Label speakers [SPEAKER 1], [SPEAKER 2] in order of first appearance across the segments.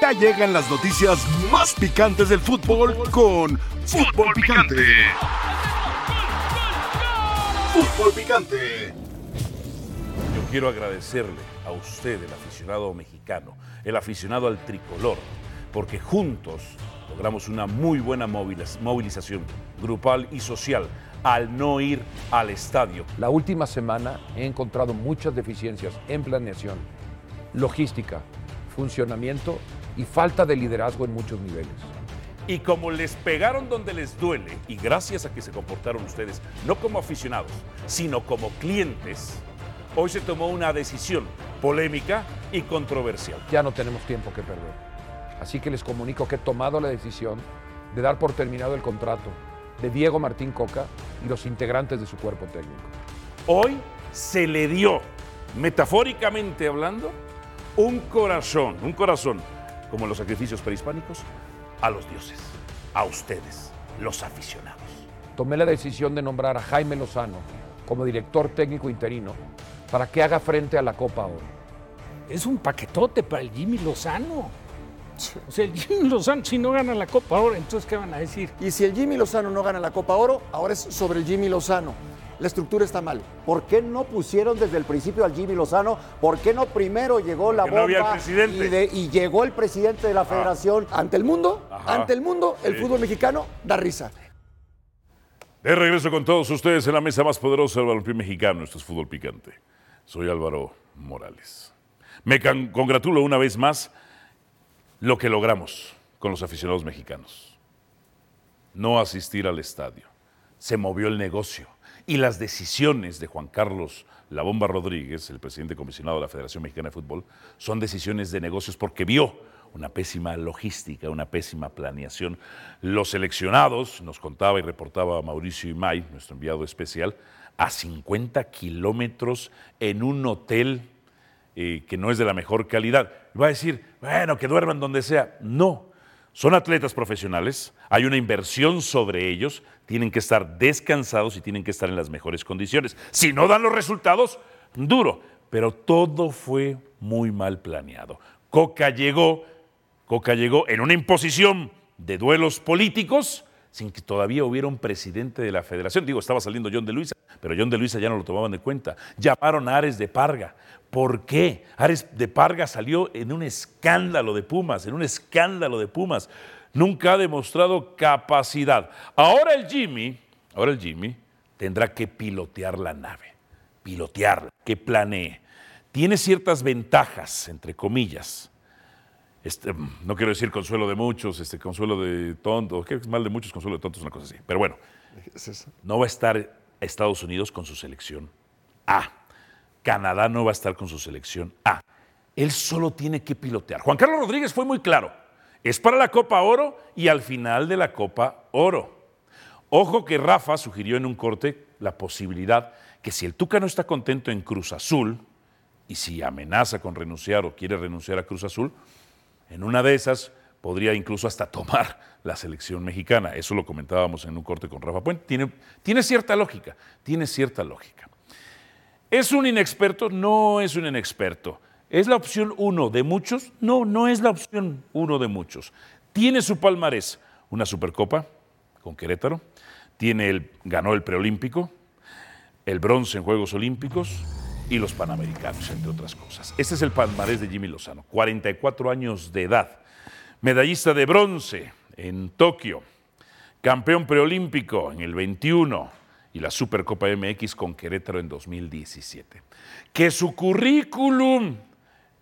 [SPEAKER 1] Ya llegan las noticias más picantes del fútbol con Fútbol Picante. Fútbol Picante.
[SPEAKER 2] Yo quiero agradecerle a usted, el aficionado mexicano, el aficionado al tricolor, porque juntos logramos una muy buena moviliz- movilización grupal y social al no ir al estadio.
[SPEAKER 3] La última semana he encontrado muchas deficiencias en planeación, logística, funcionamiento y falta de liderazgo en muchos niveles.
[SPEAKER 2] Y como les pegaron donde les duele, y gracias a que se comportaron ustedes, no como aficionados, sino como clientes, hoy se tomó una decisión polémica y controversial.
[SPEAKER 3] Ya no tenemos tiempo que perder. Así que les comunico que he tomado la decisión de dar por terminado el contrato de Diego Martín Coca y los integrantes de su cuerpo técnico.
[SPEAKER 2] Hoy se le dio, metafóricamente hablando, un corazón, un corazón, como los sacrificios prehispánicos, a los dioses, a ustedes, los aficionados.
[SPEAKER 3] Tomé la decisión de nombrar a Jaime Lozano como director técnico interino para que haga frente a la Copa Oro.
[SPEAKER 4] es un paquetote para el Jimmy Lozano. O sea, el Jimmy Lozano, si no gana la Copa ahora, entonces, ¿qué van a decir?
[SPEAKER 5] Y si el Jimmy Lozano no gana la Copa Oro, ahora es sobre el Jimmy Lozano. La estructura está mal.
[SPEAKER 6] ¿Por qué no pusieron desde el principio al Jimmy Lozano? ¿Por qué no primero llegó la
[SPEAKER 2] Porque no
[SPEAKER 6] bomba
[SPEAKER 2] había el presidente.
[SPEAKER 6] Y, de- y llegó el presidente de la federación?
[SPEAKER 5] Ante el mundo,
[SPEAKER 2] Ajá.
[SPEAKER 5] ante el mundo, el
[SPEAKER 2] Sí.
[SPEAKER 5] fútbol mexicano da risa.
[SPEAKER 2] De regreso con todos ustedes en la mesa más poderosa del balompié mexicano. Esto es Fútbol Picante. Soy Álvaro Morales. Me can- congratulo una vez más lo que logramos con los aficionados mexicanos. No asistir al estadio. Se movió el negocio. Y las decisiones de Juan Carlos La Bomba Rodríguez, el presidente comisionado de la Federación Mexicana de Fútbol, son decisiones de negocios porque vio una pésima logística, una pésima planeación. Los seleccionados, nos contaba y reportaba Mauricio Imay, nuestro enviado especial, a 50 kilómetros en un hotel eh, que no es de la mejor calidad. Va a decir, bueno, que duerman donde sea. No, son atletas profesionales, hay una inversión sobre ellos, tienen que estar descansados y tienen que estar en las mejores condiciones. Si no dan los resultados, duro. Pero todo fue muy mal planeado. Coca llegó, Coca llegó en una imposición de duelos políticos sin que todavía hubiera un presidente de la federación. Digo, estaba saliendo John de Luisa, pero John de Luisa ya no lo tomaban de cuenta. Llamaron a Ares de Parga. ¿Por qué? Ares de Parga salió en un escándalo de Pumas, en un escándalo de Pumas. Nunca ha demostrado capacidad. Ahora el Jimmy, ahora el Jimmy tendrá que pilotear la nave, pilotearla, que planee. Tiene ciertas ventajas, entre comillas, este, mm, no quiero decir consuelo de muchos, este, consuelo de tontos, creo que es mal de muchos, consuelo de tontos, una cosa así. Pero bueno, no va a estar Estados Unidos con su selección A. Canadá no va a estar con su selección A. Él solo tiene que pilotear. Juan Carlos Rodríguez fue muy claro. Es para la Copa Oro y al final de la Copa Oro. Ojo que Rafa sugirió en un corte la posibilidad que si el Tuca no está contento en Cruz Azul y si amenaza con renunciar o quiere renunciar a Cruz Azul, en una de esas podría incluso hasta tomar la selección mexicana. Eso lo comentábamos en un corte con Rafa Puente. Tiene, tiene cierta lógica, tiene cierta lógica. ¿Es un inexperto? No es un inexperto. ¿Es la opción uno de muchos? No, no es la opción uno de muchos. Tiene su palmarés una Supercopa con Querétaro, tiene el, ganó el preolímpico, el bronce en Juegos Olímpicos y los Panamericanos, entre otras cosas. Este es el palmarés de Jimmy Lozano, 44 años de edad, medallista de bronce en Tokio, campeón preolímpico en el 21 y la Supercopa MX con Querétaro en 2017. Que su currículum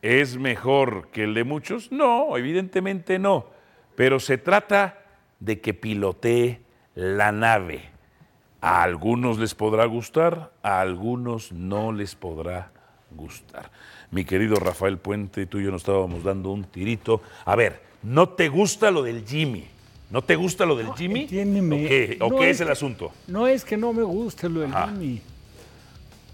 [SPEAKER 2] es mejor que el de muchos, no, evidentemente no, pero se trata de que pilotee la nave. A algunos les podrá gustar, a algunos no les podrá gustar. Mi querido Rafael Puente, tú y yo nos estábamos dando un tirito. A ver, ¿no te gusta lo del Jimmy? ¿No te gusta lo del Jimmy?
[SPEAKER 4] entiéndeme.
[SPEAKER 2] ¿O qué, o
[SPEAKER 4] No,
[SPEAKER 2] qué
[SPEAKER 4] es
[SPEAKER 2] es el
[SPEAKER 4] que-
[SPEAKER 2] asunto?
[SPEAKER 4] No es que no me guste lo del
[SPEAKER 2] Ajá.
[SPEAKER 4] Jimmy.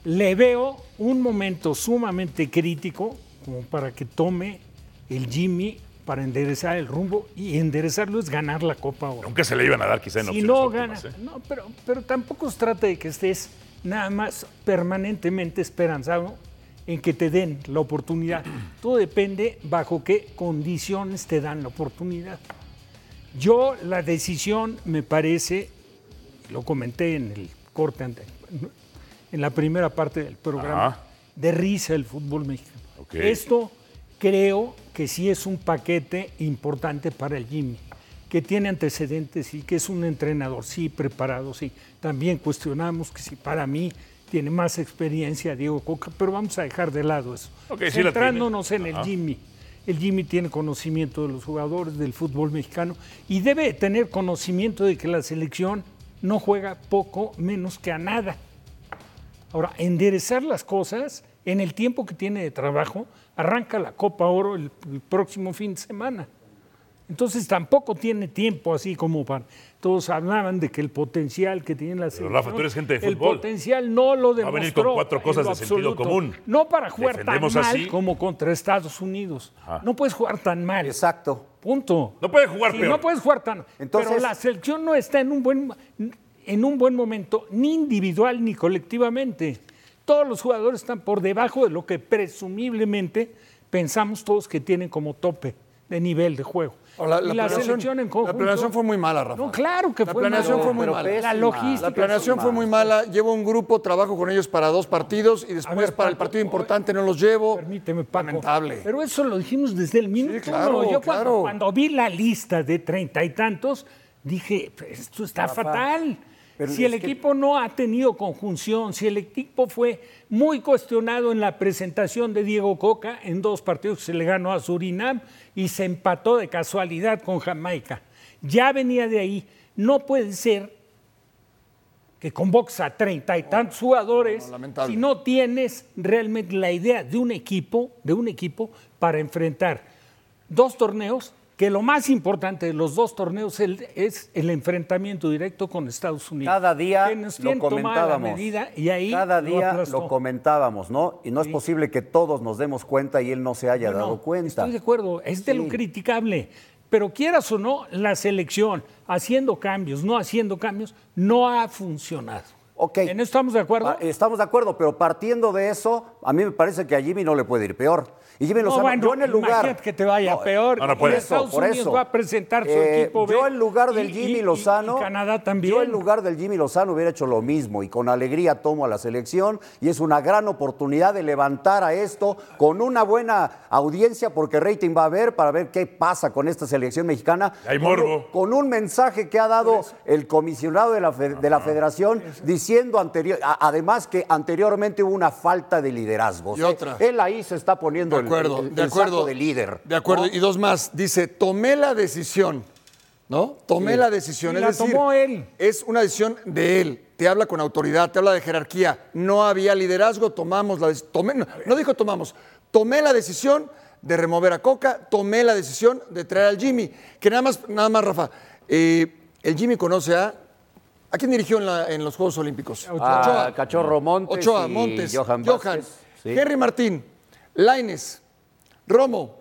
[SPEAKER 4] Le veo un momento sumamente crítico como para que tome el Jimmy para enderezar el rumbo y enderezarlo es ganar la Copa ahora.
[SPEAKER 2] Nunca se le iban a dar quizá en
[SPEAKER 4] si
[SPEAKER 2] opciones
[SPEAKER 4] no gana,
[SPEAKER 2] óptimas, ¿eh?
[SPEAKER 4] no, pero, pero tampoco se trata de que estés nada más permanentemente esperanzado en que te den la oportunidad. Todo depende bajo qué condiciones te dan la oportunidad. Yo la decisión me parece, lo comenté en el corte, ante- en la primera parte del programa,
[SPEAKER 2] Ajá.
[SPEAKER 4] de risa el fútbol mexicano.
[SPEAKER 2] Ok.
[SPEAKER 4] Esto creo que sí es un paquete importante para el Jimmy, que tiene antecedentes y que es un entrenador, sí, preparado, sí. También cuestionamos que si para mí tiene más experiencia Diego Coca, pero vamos a dejar de lado eso.
[SPEAKER 2] Ok, sí la tiene.
[SPEAKER 4] Centrándonos en el
[SPEAKER 2] Ajá.
[SPEAKER 4] Jimmy. El Jimmy tiene conocimiento de los jugadores del fútbol mexicano y debe tener conocimiento de que la selección no juega poco menos que a nada. Ahora, enderezar las cosas en el tiempo que tiene de trabajo, arranca la Copa Oro el, el próximo fin de semana. Entonces tampoco tiene tiempo así como para... Todos hablaban de que el potencial que tiene la
[SPEAKER 2] Pero,
[SPEAKER 4] selección...
[SPEAKER 2] Rafa, tú eres gente de
[SPEAKER 4] El
[SPEAKER 2] fútbol.
[SPEAKER 4] potencial no lo
[SPEAKER 2] a
[SPEAKER 4] demostró.
[SPEAKER 2] venir con cuatro
[SPEAKER 4] en
[SPEAKER 2] cosas
[SPEAKER 4] lo
[SPEAKER 2] de sentido
[SPEAKER 4] absoluto.
[SPEAKER 2] común.
[SPEAKER 4] No para jugar tan
[SPEAKER 2] Defendemos
[SPEAKER 4] mal
[SPEAKER 2] así.
[SPEAKER 4] como contra Estados Unidos.
[SPEAKER 2] Ajá.
[SPEAKER 4] No puedes jugar tan mal.
[SPEAKER 6] Exacto.
[SPEAKER 4] Punto.
[SPEAKER 2] No puedes jugar
[SPEAKER 4] Sí,
[SPEAKER 2] peor.
[SPEAKER 4] No puedes jugar tan.
[SPEAKER 6] Entonces-
[SPEAKER 4] pero la selección no está en un buen en un buen momento, ni individual ni colectivamente. Todos los jugadores están por debajo de lo que presumiblemente pensamos todos que tienen como tope de nivel de juego.
[SPEAKER 5] O la-
[SPEAKER 4] Y
[SPEAKER 5] la
[SPEAKER 4] la,
[SPEAKER 5] planeación-
[SPEAKER 4] selección en
[SPEAKER 5] la
[SPEAKER 4] conjunto.
[SPEAKER 5] planeación fue muy mala, Rafa.
[SPEAKER 4] No, claro que
[SPEAKER 5] La
[SPEAKER 4] fue
[SPEAKER 5] planeación
[SPEAKER 4] mala.
[SPEAKER 5] fue muy
[SPEAKER 4] Pero
[SPEAKER 5] mala.
[SPEAKER 4] La
[SPEAKER 6] pésima.
[SPEAKER 4] logística.
[SPEAKER 5] La planeación fue muy mala. Llevo un grupo, trabajo con ellos para dos partidos y después
[SPEAKER 4] ver,
[SPEAKER 5] para el
[SPEAKER 4] Paco,
[SPEAKER 5] partido importante no los llevo.
[SPEAKER 4] Permíteme, Paco.
[SPEAKER 5] Lamentable.
[SPEAKER 4] Pero eso lo dijimos desde el minuto
[SPEAKER 5] claro,
[SPEAKER 4] uno. Yo
[SPEAKER 5] claro.
[SPEAKER 4] cuando, cuando vi la lista de treinta y tantos, dije, "Pues, esto está
[SPEAKER 6] Rafa,
[SPEAKER 4] fatal.
[SPEAKER 6] pero
[SPEAKER 4] Si el
[SPEAKER 6] es que-
[SPEAKER 4] equipo no ha tenido conjunción, si el equipo fue muy cuestionado en la presentación de Diego Coca en dos partidos que se le ganó a Surinam y se empató de casualidad con Jamaica. Ya venía de ahí. No puede ser que convoques a treinta y tantos jugadores
[SPEAKER 5] lamentable.
[SPEAKER 4] si no tienes realmente la idea de un equipo, de un equipo para enfrentar dos torneos, que lo más importante de los dos torneos el- es el enfrentamiento directo con Estados Unidos.
[SPEAKER 6] Cada día
[SPEAKER 4] Que nos
[SPEAKER 6] lo
[SPEAKER 4] tienen tomada la
[SPEAKER 6] comentábamos.
[SPEAKER 4] medida y ahí
[SPEAKER 6] Cada día lo,
[SPEAKER 4] aplastó.
[SPEAKER 6] comentábamos, ¿no? Y no es posible que todos nos demos cuenta y él no se haya
[SPEAKER 4] No, no,
[SPEAKER 6] dado cuenta.
[SPEAKER 4] Estoy de acuerdo, es de lo criticable. Pero quieras o no, la selección, haciendo cambios, no haciendo cambios, no ha funcionado.
[SPEAKER 6] Ok. Ah, eh,
[SPEAKER 4] ¿En eso estamos de acuerdo?
[SPEAKER 6] Pa- Estamos de acuerdo, pero partiendo de eso, a mí me parece que a Jimmy no le puede ir peor. Y Jimmy
[SPEAKER 4] No,
[SPEAKER 6] Lozano,
[SPEAKER 4] bueno,
[SPEAKER 6] yo en el lugar.
[SPEAKER 4] imagínate que te vaya peor.
[SPEAKER 2] No, no puede.
[SPEAKER 4] Y Estados
[SPEAKER 6] Por
[SPEAKER 4] Unidos
[SPEAKER 6] eso.
[SPEAKER 4] va a presentar su
[SPEAKER 6] Eh,
[SPEAKER 4] equipo B.
[SPEAKER 6] Yo en lugar del
[SPEAKER 4] y- y-
[SPEAKER 6] Jimmy
[SPEAKER 4] y-
[SPEAKER 6] Lozano.
[SPEAKER 4] Y, Canadá también.
[SPEAKER 6] Yo en lugar del Jimmy Lozano hubiera hecho lo mismo y con alegría tomo a la selección y es una gran oportunidad de levantar a esto con una buena audiencia porque rating va a haber para ver qué pasa con esta selección mexicana.
[SPEAKER 2] Hay
[SPEAKER 6] Con un-
[SPEAKER 2] morbo.
[SPEAKER 6] Con un mensaje que ha dado el comisionado de la, fe- de la federación diciendo anterior, a- además que anteriormente hubo una falta de liderazgo. O
[SPEAKER 5] Y
[SPEAKER 6] sea,
[SPEAKER 5] otra.
[SPEAKER 6] Él ahí se está poniendo
[SPEAKER 5] De
[SPEAKER 6] el-
[SPEAKER 5] acuerdo,
[SPEAKER 6] el, el
[SPEAKER 5] de acuerdo.
[SPEAKER 6] saco de líder.
[SPEAKER 5] De acuerdo.
[SPEAKER 6] ¿no?
[SPEAKER 5] Y dos más. Dice, tomé la decisión. ¿No? Tomé la decisión.
[SPEAKER 4] Y
[SPEAKER 5] es
[SPEAKER 4] la
[SPEAKER 5] decir,
[SPEAKER 4] tomó él.
[SPEAKER 5] Es una decisión de él. Te habla con autoridad, te habla de jerarquía. No había liderazgo, tomamos la decisión. No, no dijo tomamos. Tomé la decisión de remover a Coca, tomé la decisión de traer al Jimmy. Que nada más, nada más, Rafa. eh, el Jimmy conoce a. ¿A quién dirigió en, la- en los Juegos Olímpicos?
[SPEAKER 6] Ochoa. Ah, Cachorro Montes
[SPEAKER 5] Ochoa,
[SPEAKER 6] y
[SPEAKER 5] Montes.
[SPEAKER 6] Johan
[SPEAKER 5] Johan.
[SPEAKER 6] Vázquez, sí.
[SPEAKER 5] Henry Martín. Laines. Romo.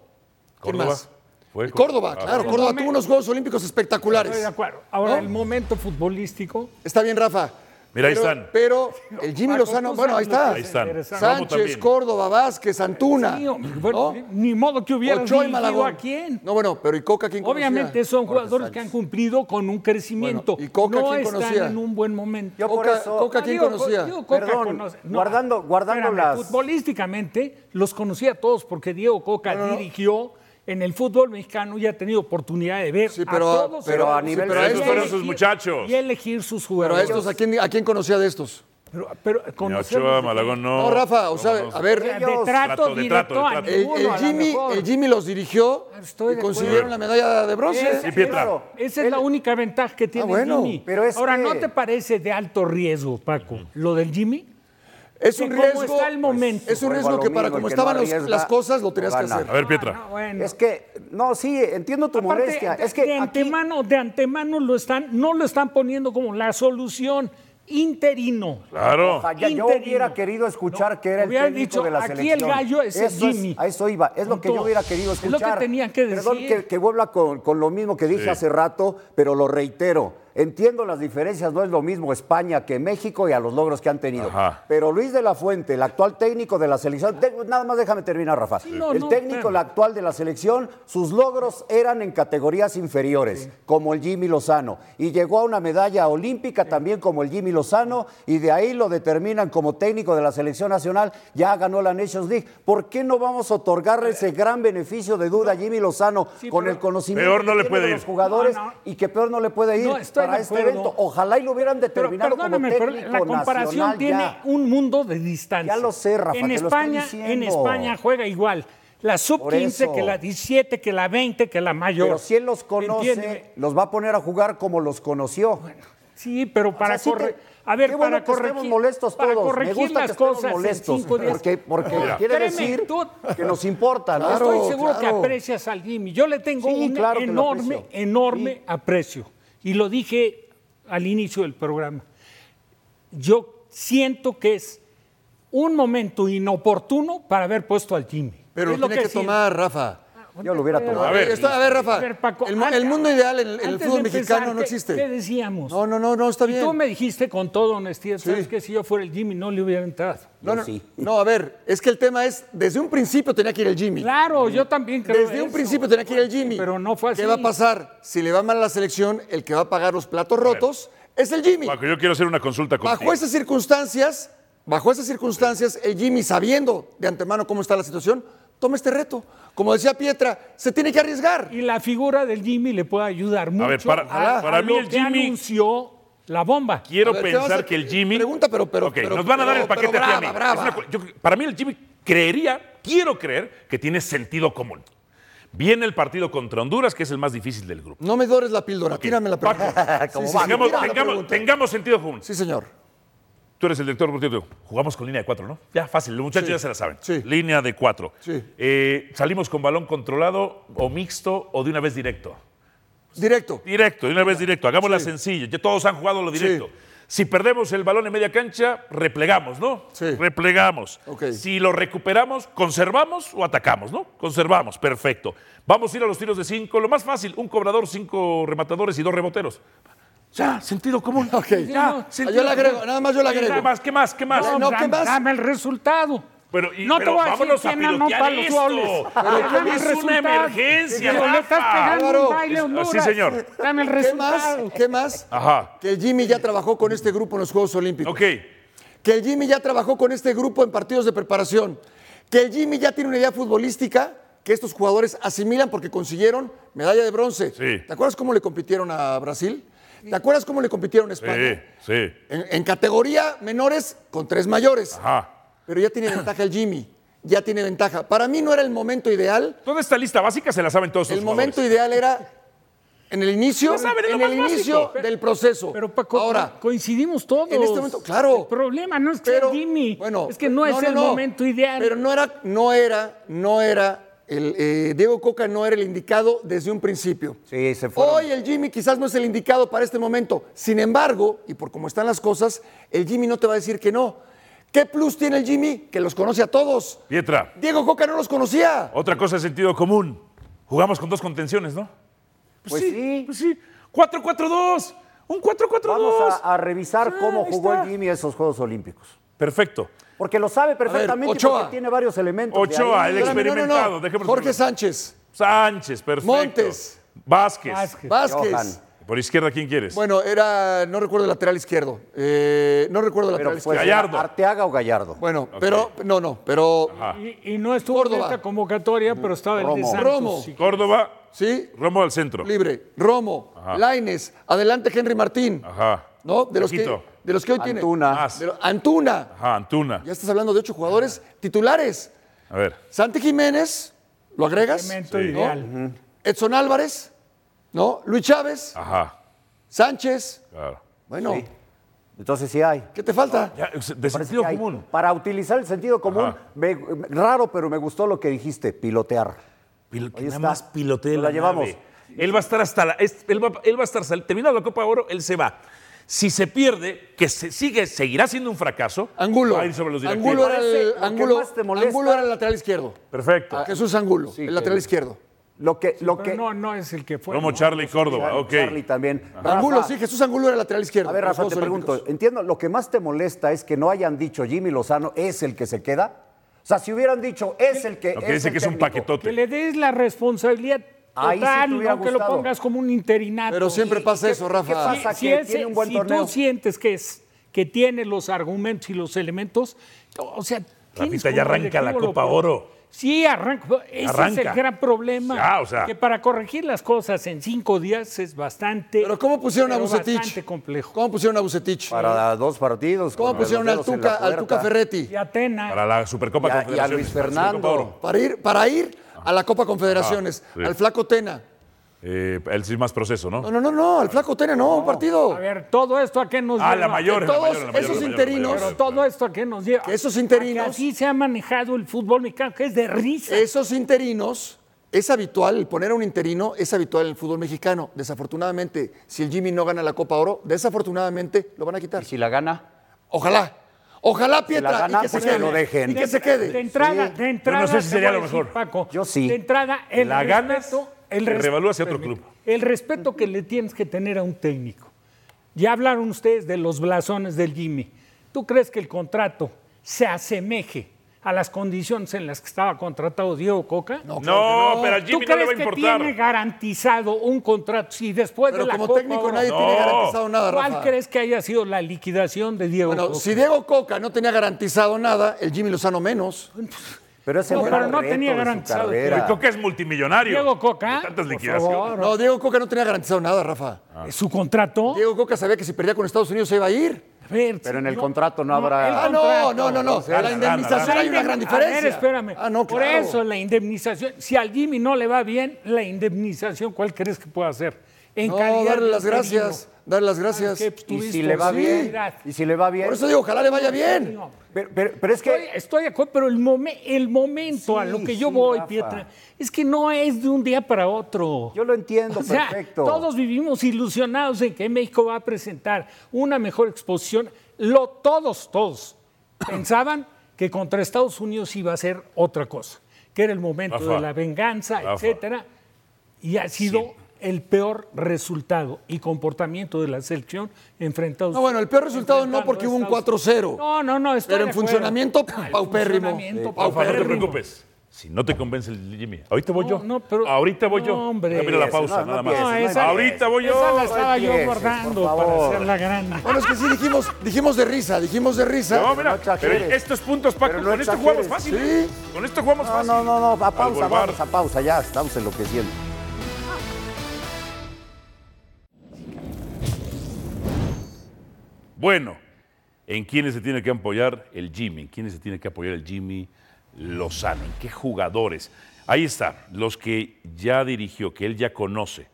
[SPEAKER 5] ¿Quién
[SPEAKER 2] Córdoba.
[SPEAKER 5] más?
[SPEAKER 2] Fue
[SPEAKER 5] Córdoba,
[SPEAKER 2] Córdoba.
[SPEAKER 5] claro. Córdoba tuvo unos Juegos Olímpicos
[SPEAKER 4] Estoy de
[SPEAKER 5] espectaculares.
[SPEAKER 4] acuerdo. Ahora,
[SPEAKER 5] ¿No?
[SPEAKER 4] el momento futbolístico.
[SPEAKER 5] Está bien, Rafa.
[SPEAKER 2] Mira, ahí
[SPEAKER 5] Pero-
[SPEAKER 2] están.
[SPEAKER 5] Pero el Jimmy
[SPEAKER 4] Paco,
[SPEAKER 5] Lozano,
[SPEAKER 4] tú
[SPEAKER 5] bueno, ahí
[SPEAKER 4] sabes lo
[SPEAKER 5] está.
[SPEAKER 4] que
[SPEAKER 2] Ahí
[SPEAKER 4] es
[SPEAKER 2] están.
[SPEAKER 4] interesante.
[SPEAKER 2] Romo
[SPEAKER 5] Sánchez,
[SPEAKER 2] también.
[SPEAKER 5] Córdoba, Vázquez, Antuna.
[SPEAKER 4] Sí, hombre, bueno,
[SPEAKER 5] ¿no?
[SPEAKER 4] ni modo que hubiera
[SPEAKER 5] Ochoa y
[SPEAKER 4] dirigido
[SPEAKER 5] Malagón.
[SPEAKER 4] a quién.
[SPEAKER 5] No, bueno, pero ¿y Coca quién conocía?
[SPEAKER 4] Obviamente son jugadores que han cumplido con un crecimiento.
[SPEAKER 5] Bueno, ¿y Coca
[SPEAKER 4] no
[SPEAKER 5] quién
[SPEAKER 4] están
[SPEAKER 5] conocía?
[SPEAKER 4] en un buen momento.
[SPEAKER 6] Yo por
[SPEAKER 5] Coca-
[SPEAKER 6] eso-
[SPEAKER 5] Coca,
[SPEAKER 4] Ah,
[SPEAKER 5] quién
[SPEAKER 4] digo,
[SPEAKER 5] conocía?
[SPEAKER 4] digo, Coca
[SPEAKER 6] Perdón,
[SPEAKER 4] conoce-
[SPEAKER 6] guardando- guardando las-
[SPEAKER 4] Futbolísticamente los conocía a todos porque Diego Coca dirigió en el fútbol mexicano y ha tenido oportunidad de ver
[SPEAKER 5] Sí,
[SPEAKER 4] a
[SPEAKER 5] pero-
[SPEAKER 4] todos.
[SPEAKER 5] pero
[SPEAKER 6] a
[SPEAKER 4] y
[SPEAKER 6] nivel-
[SPEAKER 5] pero a estos
[SPEAKER 4] elegir-
[SPEAKER 5] eran
[SPEAKER 2] sus muchachos.
[SPEAKER 4] Y elegir sus
[SPEAKER 5] Pero a
[SPEAKER 4] jugadores.
[SPEAKER 5] estos, ¿a quién, ¿a quién conocía de estos?
[SPEAKER 4] Pero, pero
[SPEAKER 2] Ni
[SPEAKER 4] conocerlos
[SPEAKER 2] Ochoa,
[SPEAKER 4] de-
[SPEAKER 2] Malagón, no.
[SPEAKER 5] No, Rafa, o
[SPEAKER 2] No,
[SPEAKER 5] sea,
[SPEAKER 2] no, no.
[SPEAKER 5] a
[SPEAKER 4] de
[SPEAKER 5] ver,
[SPEAKER 4] trato,
[SPEAKER 2] Trato, de trato,
[SPEAKER 4] directo
[SPEAKER 2] de
[SPEAKER 4] a
[SPEAKER 2] trato.
[SPEAKER 5] el,
[SPEAKER 4] ninguno,
[SPEAKER 5] el
[SPEAKER 4] a la
[SPEAKER 5] Jimmy,
[SPEAKER 4] mejor.
[SPEAKER 5] el Jimmy los dirigió
[SPEAKER 4] Estoy
[SPEAKER 5] y
[SPEAKER 4] de
[SPEAKER 5] consiguieron
[SPEAKER 4] acuerdo.
[SPEAKER 5] la medalla de bronce.
[SPEAKER 2] Sí, Pietra.
[SPEAKER 6] claro.
[SPEAKER 4] Esa es la única ventaja que tiene
[SPEAKER 5] bueno,
[SPEAKER 4] Jimmy.
[SPEAKER 6] Ah, pero es
[SPEAKER 4] Ahora,
[SPEAKER 6] que-
[SPEAKER 4] ¿no te parece de alto riesgo, Paco, lo del Jimmy?
[SPEAKER 5] Es un
[SPEAKER 4] Sí, ¿cómo
[SPEAKER 5] riesgo.
[SPEAKER 4] está el momento?
[SPEAKER 5] Es un
[SPEAKER 6] Vuelvo a
[SPEAKER 5] riesgo
[SPEAKER 6] lo
[SPEAKER 5] que para
[SPEAKER 6] mismo, el
[SPEAKER 5] como
[SPEAKER 6] que no
[SPEAKER 5] estaban los-
[SPEAKER 6] arriesga,
[SPEAKER 5] las cosas lo tenías que
[SPEAKER 6] gana.
[SPEAKER 5] hacer.
[SPEAKER 2] A ver, Pietra.
[SPEAKER 4] Ah, no, bueno.
[SPEAKER 6] Es que, no, sí, entiendo tu
[SPEAKER 4] Aparte,
[SPEAKER 6] molestia.
[SPEAKER 4] de-
[SPEAKER 6] es que
[SPEAKER 4] de
[SPEAKER 6] aquí-
[SPEAKER 4] antemano, de antemano lo están, no lo están poniendo como la solución interino.
[SPEAKER 2] Claro.
[SPEAKER 6] Ojalá, ya yo
[SPEAKER 4] Interino.
[SPEAKER 6] hubiera querido escuchar
[SPEAKER 4] No,
[SPEAKER 6] que era el
[SPEAKER 4] hubieran
[SPEAKER 6] técnico
[SPEAKER 4] dicho,
[SPEAKER 6] de la
[SPEAKER 4] aquí el
[SPEAKER 6] selección.
[SPEAKER 4] gallo es el
[SPEAKER 6] Eso
[SPEAKER 4] Jimmy.
[SPEAKER 6] a eso iba. Es lo que
[SPEAKER 4] Punto.
[SPEAKER 6] yo hubiera querido
[SPEAKER 4] Es lo
[SPEAKER 6] escuchar.
[SPEAKER 4] que tenían que
[SPEAKER 6] Perdón
[SPEAKER 4] decir.
[SPEAKER 6] que, que vuelva con, con lo mismo que dije
[SPEAKER 2] Sí.
[SPEAKER 6] hace rato, pero lo reitero. Entiendo las diferencias, no es lo mismo España que México y a los logros que han tenido.
[SPEAKER 2] Ajá.
[SPEAKER 6] Pero Luis de la Fuente, el actual técnico de la selección, te- nada más déjame terminar, Rafa.
[SPEAKER 4] no,
[SPEAKER 6] el
[SPEAKER 4] no,
[SPEAKER 6] técnico,
[SPEAKER 4] espérame.
[SPEAKER 6] el actual de la selección, sus logros eran en categorías inferiores, como el Jimmy Lozano. Y llegó a una medalla olímpica también como el Jimmy Lozano, y de ahí lo determinan como técnico de la selección nacional, ya ganó la Nations League. ¿Por qué no vamos a otorgarle ese gran beneficio de duda a Jimmy Lozano
[SPEAKER 4] Sí,
[SPEAKER 6] con
[SPEAKER 4] pero-
[SPEAKER 6] el conocimiento
[SPEAKER 2] Peor no
[SPEAKER 6] que
[SPEAKER 2] le
[SPEAKER 6] tiene
[SPEAKER 2] puede
[SPEAKER 6] de
[SPEAKER 2] ir.
[SPEAKER 6] los jugadores
[SPEAKER 4] No, no.
[SPEAKER 6] y que peor no le puede ir
[SPEAKER 4] No, estoy
[SPEAKER 6] para
[SPEAKER 4] de
[SPEAKER 6] este
[SPEAKER 4] acuerdo.
[SPEAKER 6] evento? Ojalá y lo hubieran
[SPEAKER 4] Pero
[SPEAKER 6] determinado como
[SPEAKER 4] perdóname, pero
[SPEAKER 6] técnico
[SPEAKER 4] la comparación
[SPEAKER 6] nacional
[SPEAKER 4] tiene
[SPEAKER 6] ya.
[SPEAKER 4] un mundo de distancia.
[SPEAKER 6] Ya lo sé, Rafa,
[SPEAKER 4] En
[SPEAKER 6] te lo
[SPEAKER 4] España,
[SPEAKER 6] estoy
[SPEAKER 4] en
[SPEAKER 6] diciendo.
[SPEAKER 4] España juega igual. La sub
[SPEAKER 6] Por
[SPEAKER 4] 15
[SPEAKER 6] eso.
[SPEAKER 4] que la 17, que la 20, que la mayor.
[SPEAKER 6] Pero si él los conoce,
[SPEAKER 4] Entiéndeme.
[SPEAKER 6] los va a poner a jugar como los conoció.
[SPEAKER 4] Sí, pero para
[SPEAKER 6] sí
[SPEAKER 4] corre-
[SPEAKER 6] que-
[SPEAKER 4] a ver,
[SPEAKER 6] qué bueno
[SPEAKER 4] para
[SPEAKER 6] que estemos
[SPEAKER 4] corregir,
[SPEAKER 6] molestos
[SPEAKER 4] para
[SPEAKER 6] todos. Me
[SPEAKER 4] corregir
[SPEAKER 6] gusta
[SPEAKER 4] las
[SPEAKER 6] que estemos
[SPEAKER 4] cosas en
[SPEAKER 6] molestos.
[SPEAKER 4] cinco días.
[SPEAKER 6] Porque, porque
[SPEAKER 4] Mira,
[SPEAKER 6] quiere
[SPEAKER 4] créeme,
[SPEAKER 6] decir
[SPEAKER 4] tú-
[SPEAKER 6] que nos importa, ¿no?
[SPEAKER 5] Claro,
[SPEAKER 4] Estoy seguro que
[SPEAKER 5] claro.
[SPEAKER 4] aprecias al Jimmy. Yo le tengo
[SPEAKER 6] Sí,
[SPEAKER 4] un
[SPEAKER 6] claro que lo
[SPEAKER 4] enorme,
[SPEAKER 6] aprecio.
[SPEAKER 4] enorme aprecio. Y lo dije al inicio del programa. Yo siento que es un momento inoportuno para haber puesto al Jimmy.
[SPEAKER 5] Pero
[SPEAKER 4] Es
[SPEAKER 5] lo tiene que,
[SPEAKER 4] siento.
[SPEAKER 5] tomar, Rafa.
[SPEAKER 6] Yo lo hubiera tomado.
[SPEAKER 2] A ver.
[SPEAKER 5] Está- a ver, Rafa,
[SPEAKER 4] A ver, Paco,
[SPEAKER 5] el, mu-
[SPEAKER 4] antes-
[SPEAKER 5] el mundo ideal en el
[SPEAKER 4] antes de
[SPEAKER 5] fútbol
[SPEAKER 4] empezar,
[SPEAKER 5] mexicano no
[SPEAKER 4] ¿qué-
[SPEAKER 5] existe.
[SPEAKER 4] ¿Qué decíamos?
[SPEAKER 5] No, no, no, no, está
[SPEAKER 4] Y
[SPEAKER 5] bien.
[SPEAKER 4] tú me dijiste con toda honestidad, ¿sabes
[SPEAKER 5] Sí.
[SPEAKER 4] que Si yo fuera el Jimmy no le hubiera entrado.
[SPEAKER 5] no, no,
[SPEAKER 6] Sí.
[SPEAKER 5] no, a ver, es que el tema es, desde un principio tenía que ir el Jimmy.
[SPEAKER 4] Claro, yo también creo
[SPEAKER 5] Desde un
[SPEAKER 4] eso.
[SPEAKER 5] principio tenía que ir el Jimmy.
[SPEAKER 4] Pero no fue así.
[SPEAKER 5] ¿Qué va a pasar? Si le va mal a la selección, el que va a pagar los platos rotos es el Jimmy.
[SPEAKER 2] Paco, yo quiero hacer una consulta contigo.
[SPEAKER 5] Bajo esas circunstancias, bajo esas circunstancias, el Jimmy, sabiendo de antemano cómo está la situación, toma este reto. Como decía Pietra, se tiene que arriesgar.
[SPEAKER 4] Y la figura del Jimmy le puede ayudar mucho.
[SPEAKER 2] ver, para-
[SPEAKER 4] a-
[SPEAKER 2] para
[SPEAKER 4] a
[SPEAKER 2] mí
[SPEAKER 4] lo
[SPEAKER 2] el
[SPEAKER 4] que
[SPEAKER 2] Jimmy-
[SPEAKER 4] anunció la bomba.
[SPEAKER 2] Quiero
[SPEAKER 5] A ver, ¿qué vas
[SPEAKER 2] pensar
[SPEAKER 5] a-
[SPEAKER 2] que el Jimmy.
[SPEAKER 5] Pregunta, pero- pero-
[SPEAKER 2] Ok,
[SPEAKER 5] pero-
[SPEAKER 2] nos van a dar el
[SPEAKER 5] pero- pero
[SPEAKER 2] paquete
[SPEAKER 5] brava,
[SPEAKER 2] a ti, a mí.
[SPEAKER 5] brava.
[SPEAKER 2] Es una cu- yo- para mí, el Jimmy creería, quiero creer, que tiene sentido común. Viene el partido contra Honduras, que es el más difícil del grupo.
[SPEAKER 5] No me dores la píldora, tírame la
[SPEAKER 2] Paco,
[SPEAKER 5] pregunta. Sí, sí, sí,
[SPEAKER 2] tengamos,
[SPEAKER 5] tírame la
[SPEAKER 2] tengamos-
[SPEAKER 5] pregunta.
[SPEAKER 2] tengamos sentido común.
[SPEAKER 5] Sí, señor.
[SPEAKER 2] Tú eres el director deportivo. Jugamos con línea de cuatro, ¿no? Ya, fácil. Los muchachos
[SPEAKER 5] Sí,
[SPEAKER 2] ya se la saben.
[SPEAKER 5] sí.
[SPEAKER 2] Línea de cuatro.
[SPEAKER 5] Sí.
[SPEAKER 2] Eh, ¿Salimos con balón controlado o mixto o de una vez directo?
[SPEAKER 5] Directo.
[SPEAKER 2] Directo, de una
[SPEAKER 5] Ah,
[SPEAKER 2] vez directo. Hagámosla sencilla. Ya todos han jugado lo directo. Si perdemos el balón en media cancha, replegamos, ¿no?
[SPEAKER 5] Sí.
[SPEAKER 2] Replegamos.
[SPEAKER 5] Ok.
[SPEAKER 2] Si lo recuperamos, conservamos o atacamos, ¿no? Conservamos, perfecto. Vamos a ir a los tiros de cinco. Lo más fácil, un cobrador, cinco rematadores y dos reboteros. Ya, sentido común.
[SPEAKER 5] Ok.
[SPEAKER 2] Ya,
[SPEAKER 5] Ah,
[SPEAKER 2] sentido
[SPEAKER 5] yo le agrego,
[SPEAKER 2] común.
[SPEAKER 5] nada más yo le
[SPEAKER 2] ¿Qué
[SPEAKER 5] agrego.
[SPEAKER 2] más? ¿Qué más? ¿Qué más?
[SPEAKER 5] No, no, ¿qué más?
[SPEAKER 4] Dame el resultado.
[SPEAKER 2] Pero, y-
[SPEAKER 4] no
[SPEAKER 2] pero
[SPEAKER 4] te voy a decir
[SPEAKER 2] vámonos a
[SPEAKER 4] quién anota
[SPEAKER 2] pilotear
[SPEAKER 4] los
[SPEAKER 2] esto.
[SPEAKER 4] goles.
[SPEAKER 2] Pero
[SPEAKER 4] Dame
[SPEAKER 2] ¿qué
[SPEAKER 4] el
[SPEAKER 2] más? Es una
[SPEAKER 4] resultado.
[SPEAKER 2] emergencia,
[SPEAKER 4] Pero le estás
[SPEAKER 2] Rafa.
[SPEAKER 4] pegando
[SPEAKER 5] Claro.
[SPEAKER 4] un baile a Honduras.
[SPEAKER 2] Sí, señor.
[SPEAKER 4] Dame el
[SPEAKER 5] ¿Qué más?
[SPEAKER 4] resultado.
[SPEAKER 5] ¿Qué más?
[SPEAKER 2] Ajá.
[SPEAKER 5] Que el Jimmy ya trabajó con este grupo en los Juegos Olímpicos.
[SPEAKER 2] Ok.
[SPEAKER 5] Que el Jimmy ya trabajó con este grupo en partidos de preparación. Que el Jimmy ya tiene una idea futbolística que estos jugadores asimilan porque consiguieron medalla de bronce.
[SPEAKER 2] Sí.
[SPEAKER 5] ¿Te acuerdas cómo le compitieron a Brasil? ¿Te acuerdas cómo le compitieron a
[SPEAKER 2] Sí,
[SPEAKER 5] España?
[SPEAKER 2] sí.
[SPEAKER 5] En, en categoría menores con tres mayores.
[SPEAKER 2] Ajá.
[SPEAKER 5] Pero ya tiene ventaja el Jimmy. Ya tiene ventaja. Para mí no era el momento ideal.
[SPEAKER 2] Toda esta lista básica se la saben todos
[SPEAKER 5] El
[SPEAKER 2] sus
[SPEAKER 5] momento
[SPEAKER 2] jugadores.
[SPEAKER 5] ideal era en el inicio,
[SPEAKER 2] Ya saben, es
[SPEAKER 5] en
[SPEAKER 2] lo
[SPEAKER 5] el
[SPEAKER 2] más
[SPEAKER 5] inicio
[SPEAKER 2] básico.
[SPEAKER 5] del proceso.
[SPEAKER 4] Pero Paco,
[SPEAKER 5] ahora
[SPEAKER 4] coincidimos todos.
[SPEAKER 5] en este momento, claro.
[SPEAKER 4] El problema no es que
[SPEAKER 5] pero,
[SPEAKER 4] sea Jimmy.
[SPEAKER 5] bueno,
[SPEAKER 4] es que no, es el
[SPEAKER 5] no.
[SPEAKER 4] momento ideal.
[SPEAKER 5] Pero no era, no era, no era el eh, Diego Coca no era el indicado desde un principio.
[SPEAKER 6] Sí, se fueron.
[SPEAKER 5] Hoy el Jimmy quizás no es el indicado para este momento. Sin embargo, y por cómo están las cosas, el Jimmy no te va a decir que no. ¿Qué plus tiene el Jimmy? Que los conoce a todos.
[SPEAKER 2] Pietra,
[SPEAKER 5] Diego Coca no los conocía.
[SPEAKER 2] otra cosa de sentido común. Jugamos con dos contenciones, ¿no?
[SPEAKER 6] Pues sí.
[SPEAKER 2] Pues sí. 4-4-2. Un 4-4-2.
[SPEAKER 6] Vamos a, a revisar
[SPEAKER 2] Ah,
[SPEAKER 6] cómo
[SPEAKER 2] ahí
[SPEAKER 6] jugó
[SPEAKER 2] está.
[SPEAKER 6] el Jimmy esos Juegos Olímpicos.
[SPEAKER 2] Perfecto.
[SPEAKER 6] Porque lo sabe perfectamente y
[SPEAKER 5] Ochoa.
[SPEAKER 6] porque tiene varios elementos. de
[SPEAKER 2] Ochoa,
[SPEAKER 6] ahí.
[SPEAKER 2] el experimentado. dejémoslo.
[SPEAKER 5] Jorge Sánchez,
[SPEAKER 2] Sánchez, perfecto.
[SPEAKER 5] Montes.
[SPEAKER 2] Vázquez.
[SPEAKER 4] Vázquez.
[SPEAKER 5] Vázquez.
[SPEAKER 6] Johan.
[SPEAKER 2] Por izquierda, ¿quién quieres?
[SPEAKER 5] Bueno, era, no recuerdo el lateral izquierdo. Eh, no recuerdo el lateral
[SPEAKER 6] Pero fue
[SPEAKER 5] izquierdo.
[SPEAKER 2] Gallardo.
[SPEAKER 6] Arteaga o Gallardo.
[SPEAKER 5] Bueno, pero, no, no, pero
[SPEAKER 4] Y, y no estuvo
[SPEAKER 5] Córdoba.
[SPEAKER 4] en esta convocatoria, pero estaba el de
[SPEAKER 6] Romo.
[SPEAKER 4] Santos.
[SPEAKER 5] Romo.
[SPEAKER 4] sí.
[SPEAKER 2] Córdoba,
[SPEAKER 5] sí,
[SPEAKER 2] Romo al centro.
[SPEAKER 5] libre. Romo, Laines, adelante Henry Martín.
[SPEAKER 2] Ajá.
[SPEAKER 5] ¿No? De los, que,
[SPEAKER 2] Poquito.
[SPEAKER 5] de los que hoy
[SPEAKER 2] Ah,
[SPEAKER 6] Antuna.
[SPEAKER 5] tiene. De lo- Antuna.
[SPEAKER 2] Ajá, Antuna.
[SPEAKER 5] Ya estás hablando de ocho jugadores titulares.
[SPEAKER 2] A ver.
[SPEAKER 5] Santi Jiménez, ¿lo agregas?
[SPEAKER 4] Elemento
[SPEAKER 2] Sí.
[SPEAKER 4] ideal.
[SPEAKER 5] Edson Álvarez, ¿no? Luis Chávez,
[SPEAKER 2] Ajá.
[SPEAKER 5] Sánchez.
[SPEAKER 2] Claro.
[SPEAKER 5] Bueno,
[SPEAKER 6] Sí. Entonces sí hay.
[SPEAKER 5] ¿qué te falta?
[SPEAKER 2] Ya, de
[SPEAKER 6] Parece
[SPEAKER 2] sentido
[SPEAKER 6] que hay.
[SPEAKER 2] común.
[SPEAKER 6] Para utilizar el sentido común,
[SPEAKER 2] Ajá.
[SPEAKER 6] me- raro, pero me gustó lo que dijiste, pilotear.
[SPEAKER 2] Pil- que
[SPEAKER 6] Ahí
[SPEAKER 2] nada
[SPEAKER 6] está.
[SPEAKER 2] más pilotee
[SPEAKER 6] Nos
[SPEAKER 2] la,
[SPEAKER 6] la llevamos.
[SPEAKER 2] nave. Él va a estar hasta la. es- él, va, él va a estar. sal- Terminada la Copa Oro, él se va. Si se pierde, que se sigue, seguirá siendo un fracaso.
[SPEAKER 5] Angulo.
[SPEAKER 2] Va a ir sobre los directivos.
[SPEAKER 5] Angulo era
[SPEAKER 6] Parece
[SPEAKER 5] el,
[SPEAKER 6] lo que
[SPEAKER 5] Angulo,
[SPEAKER 6] más te molesta.
[SPEAKER 5] Angulo era el lateral izquierdo.
[SPEAKER 2] Perfecto.
[SPEAKER 5] Jesús Angulo, el lateral izquierdo.
[SPEAKER 6] Lo que, lo
[SPEAKER 4] Pero
[SPEAKER 6] que,
[SPEAKER 4] no, no es el que fue.
[SPEAKER 2] Como
[SPEAKER 4] ¿no?
[SPEAKER 2] Charlie Córdoba,
[SPEAKER 6] Charlie,
[SPEAKER 2] ok.
[SPEAKER 6] Charlie también. Rafa,
[SPEAKER 5] Angulo, sí, Jesús Angulo era lateral izquierdo.
[SPEAKER 6] A ver,
[SPEAKER 5] en los
[SPEAKER 6] Rafa, te
[SPEAKER 5] Juegos
[SPEAKER 6] pregunto,
[SPEAKER 5] Olímpicos.
[SPEAKER 6] entiendo, lo que más te molesta es que no hayan dicho Jimmy Lozano es el que se queda. O sea, si hubieran dicho es el que.
[SPEAKER 2] Lo que dice
[SPEAKER 6] el
[SPEAKER 2] que es un
[SPEAKER 6] técnico.
[SPEAKER 2] paquetote.
[SPEAKER 4] Que le des la responsabilidad
[SPEAKER 6] Ahí sí te
[SPEAKER 4] total,
[SPEAKER 6] hubiera
[SPEAKER 4] no que lo
[SPEAKER 6] gustado.
[SPEAKER 4] pongas como un interinato.
[SPEAKER 5] Pero siempre
[SPEAKER 6] ¿Y
[SPEAKER 5] pasa
[SPEAKER 6] qué-
[SPEAKER 5] eso,
[SPEAKER 6] qué
[SPEAKER 5] Rafa.
[SPEAKER 6] pasa?
[SPEAKER 4] si
[SPEAKER 6] que
[SPEAKER 4] ese-
[SPEAKER 6] tiene un buen
[SPEAKER 4] si
[SPEAKER 6] torneo.
[SPEAKER 4] tú sientes que es que tiene los argumentos y los elementos, o sea, tienes
[SPEAKER 2] Rafita, ya
[SPEAKER 4] como
[SPEAKER 2] arranca la
[SPEAKER 4] directivo lo
[SPEAKER 2] Copa
[SPEAKER 4] peor.
[SPEAKER 2] Oro.
[SPEAKER 4] Sí, arranca. Ese es el
[SPEAKER 2] Arranca.
[SPEAKER 4] gran problema.
[SPEAKER 2] Ya, o sea.
[SPEAKER 4] Que para corregir las cosas en cinco días es bastante.
[SPEAKER 5] Pero ¿cómo pusieron a
[SPEAKER 4] pero
[SPEAKER 5] Bucetich?
[SPEAKER 4] Bastante complejo.
[SPEAKER 5] ¿Cómo pusieron a Bucetich?
[SPEAKER 6] Para dos partidos.
[SPEAKER 5] ¿Cómo
[SPEAKER 6] con
[SPEAKER 4] pues,
[SPEAKER 6] los
[SPEAKER 5] pusieron al
[SPEAKER 6] dedos en
[SPEAKER 5] Tuca,
[SPEAKER 6] la
[SPEAKER 5] al Tuca
[SPEAKER 6] puerta.
[SPEAKER 5] Ferretti?
[SPEAKER 4] Y Atena.
[SPEAKER 2] Para la Supercopa
[SPEAKER 6] Y a- y a
[SPEAKER 2] Confederaciones,
[SPEAKER 6] Luis
[SPEAKER 2] para la Supercopa
[SPEAKER 6] Fernando.
[SPEAKER 2] Oro.
[SPEAKER 5] Para ir, para ir a la Copa Confederaciones,
[SPEAKER 2] Ah, sí.
[SPEAKER 5] al Flaco Tena.
[SPEAKER 2] Eh, él sí es más proceso, ¿no?
[SPEAKER 5] No, no, no, no, al Flaco Tena no, un partido.
[SPEAKER 4] A ver, todo esto a qué nos
[SPEAKER 2] Ah,
[SPEAKER 4] lleva?
[SPEAKER 2] la mayor.
[SPEAKER 5] todos
[SPEAKER 2] la mayor, la mayor,
[SPEAKER 5] esos
[SPEAKER 2] la mayor, la mayor,
[SPEAKER 5] interinos-
[SPEAKER 2] la
[SPEAKER 4] Pero
[SPEAKER 2] mayor.
[SPEAKER 4] todo esto a qué nos lleva.
[SPEAKER 5] Que esos
[SPEAKER 4] A
[SPEAKER 5] interinos-
[SPEAKER 4] que así se ha manejado el fútbol mexicano, que es de risa.
[SPEAKER 5] Esos interinos, es habitual, el poner a un interino es habitual en el fútbol mexicano. Desafortunadamente, si el Jimmy no gana la Copa Oro, desafortunadamente lo van a quitar.
[SPEAKER 6] Y si la gana.
[SPEAKER 5] Ojalá. Ojalá, Pietra,
[SPEAKER 6] gana,
[SPEAKER 5] y que se
[SPEAKER 6] pues que
[SPEAKER 5] quede.
[SPEAKER 6] lo dejen.
[SPEAKER 5] Y que se
[SPEAKER 4] De
[SPEAKER 5] quede.
[SPEAKER 4] entrada, de entrada.
[SPEAKER 2] Yo no sé si
[SPEAKER 4] te
[SPEAKER 2] sería
[SPEAKER 4] voy a
[SPEAKER 2] lo
[SPEAKER 4] decir,
[SPEAKER 2] mejor.
[SPEAKER 4] Paco,
[SPEAKER 6] Yo sí.
[SPEAKER 4] De entrada, el
[SPEAKER 2] La ganas,
[SPEAKER 4] respeto, el
[SPEAKER 2] te
[SPEAKER 4] res-
[SPEAKER 2] revalúas a otro
[SPEAKER 4] permíteme,
[SPEAKER 2] club.
[SPEAKER 4] El respeto que le tienes que tener a un técnico. Ya hablaron ustedes de los blasones del Jimmy. ¿Tú crees que el contrato se asemeje a las condiciones en las que estaba contratado Diego Coca?
[SPEAKER 5] No,
[SPEAKER 2] No, pero a
[SPEAKER 4] ¿Tú
[SPEAKER 2] Jimmy no le
[SPEAKER 4] crees
[SPEAKER 2] va a
[SPEAKER 4] que
[SPEAKER 2] importar.
[SPEAKER 4] tiene garantizado un contrato si después
[SPEAKER 5] Pero
[SPEAKER 4] de la
[SPEAKER 5] como
[SPEAKER 4] Copa
[SPEAKER 5] técnico
[SPEAKER 4] Oro-
[SPEAKER 5] nadie tiene
[SPEAKER 2] No.
[SPEAKER 5] garantizado nada, Rafa.
[SPEAKER 4] ¿Cuál crees que haya sido la liquidación de Diego
[SPEAKER 5] Bueno,
[SPEAKER 4] Coca?
[SPEAKER 5] si Diego Coca no tenía garantizado nada, el Jimmy Lozano menos.
[SPEAKER 6] Pero es el
[SPEAKER 4] No,
[SPEAKER 6] gran
[SPEAKER 4] pero no
[SPEAKER 6] reto
[SPEAKER 4] tenía
[SPEAKER 6] de su
[SPEAKER 4] garantizado.
[SPEAKER 6] carrera.
[SPEAKER 2] Hoy Coca es multimillonario.
[SPEAKER 4] Diego Coca,
[SPEAKER 2] De tantas
[SPEAKER 4] por
[SPEAKER 2] liquidaciones. Ah.
[SPEAKER 4] favor.
[SPEAKER 5] No, Diego Coca no tenía garantizado nada, Rafa.
[SPEAKER 4] ¿Su contrato?
[SPEAKER 5] Diego Coca sabía que si perdía con Estados Unidos se iba a ir.
[SPEAKER 4] A ver,
[SPEAKER 6] Pero en
[SPEAKER 4] si
[SPEAKER 6] el contrato no habrá-
[SPEAKER 4] el
[SPEAKER 5] Ah, no,
[SPEAKER 4] contrato.
[SPEAKER 5] no, no, no.
[SPEAKER 2] Gana,
[SPEAKER 5] La
[SPEAKER 2] gana,
[SPEAKER 5] indemnización
[SPEAKER 2] gana.
[SPEAKER 5] hay una gran diferencia.
[SPEAKER 4] A ver, espérame.
[SPEAKER 5] Ah, no, claro.
[SPEAKER 4] Por eso la indemnización. Si al Jimmy no le va bien, la indemnización, ¿cuál crees que pueda hacer? En
[SPEAKER 5] No,
[SPEAKER 4] calidad
[SPEAKER 5] darle
[SPEAKER 4] de
[SPEAKER 5] las
[SPEAKER 4] interino.
[SPEAKER 5] gracias. Darle las gracias.
[SPEAKER 4] ¿Qué? Pues,
[SPEAKER 6] Y si
[SPEAKER 4] tuviste
[SPEAKER 6] le va
[SPEAKER 5] Sí.
[SPEAKER 6] bien. Y si le va bien.
[SPEAKER 5] Por eso digo, ojalá le vaya bien.
[SPEAKER 4] No,
[SPEAKER 6] Pero, pero- pero es que.
[SPEAKER 4] Estoy, estoy de acuerdo, pero el, momen- el momento
[SPEAKER 6] Sí,
[SPEAKER 4] a lo que yo
[SPEAKER 6] sí,
[SPEAKER 4] voy,
[SPEAKER 6] Rafa.
[SPEAKER 4] Pietra, es que no es de un día para otro.
[SPEAKER 6] Yo lo entiendo
[SPEAKER 4] O sea,
[SPEAKER 6] perfecto.
[SPEAKER 4] Todos vivimos ilusionados en que México va a presentar una mejor exposición. Lo, todos, todos pensaban que contra Estados Unidos iba a ser otra cosa, que era el momento
[SPEAKER 2] Rafa,
[SPEAKER 4] de la venganza,
[SPEAKER 2] Rafa.
[SPEAKER 4] etcétera, y ha sido el peor resultado y comportamiento de la selección enfrentados.
[SPEAKER 5] No, bueno, el peor resultado no,
[SPEAKER 4] enfrentando
[SPEAKER 5] porque hubo un
[SPEAKER 4] a Estados-
[SPEAKER 5] 4-0.
[SPEAKER 4] No, no, no, estoy
[SPEAKER 5] Pero en
[SPEAKER 4] de acuerdo.
[SPEAKER 5] funcionamiento,
[SPEAKER 4] Ah, el
[SPEAKER 5] paupérrimo.
[SPEAKER 4] funcionamiento,
[SPEAKER 5] Sí,
[SPEAKER 2] Rafa, no te
[SPEAKER 5] Paupérrimo.
[SPEAKER 2] preocupes. Si no te convence el Jimmy. Ahorita voy
[SPEAKER 4] No,
[SPEAKER 2] yo.
[SPEAKER 4] no, pero-
[SPEAKER 2] Ahorita voy
[SPEAKER 4] no,
[SPEAKER 2] yo.
[SPEAKER 4] hombre.
[SPEAKER 2] Mira la pausa,
[SPEAKER 6] No, no
[SPEAKER 2] nada más.
[SPEAKER 6] empieces,
[SPEAKER 4] No,
[SPEAKER 6] no
[SPEAKER 4] esa-
[SPEAKER 2] Ahorita voy yo.
[SPEAKER 4] Esa la estaba yo
[SPEAKER 6] empieces, por
[SPEAKER 4] guardando para
[SPEAKER 6] favor.
[SPEAKER 4] hacer la grande.
[SPEAKER 5] Bueno, es que sí dijimos, dijimos de risa, dijimos de risa.
[SPEAKER 2] No, mira,
[SPEAKER 6] no exageres.
[SPEAKER 2] pero estos puntos, Paco,
[SPEAKER 6] Pero no
[SPEAKER 2] con esto
[SPEAKER 6] exageres,
[SPEAKER 2] jugamos fácil.
[SPEAKER 5] sí.
[SPEAKER 2] ¿eh? Con esto jugamos
[SPEAKER 6] No,
[SPEAKER 2] fácil.
[SPEAKER 6] no, no, no, a
[SPEAKER 2] Al
[SPEAKER 6] pausa,
[SPEAKER 2] volvar.
[SPEAKER 6] vamos a pausa, ya estamos enloqueciendo.
[SPEAKER 2] Bueno, ¿en quiénes se tiene que apoyar el Jimmy? ¿En quiénes se tiene que apoyar el Jimmy Lozano? ¿En qué jugadores? Ahí está, los que ya dirigió, que él ya conoce.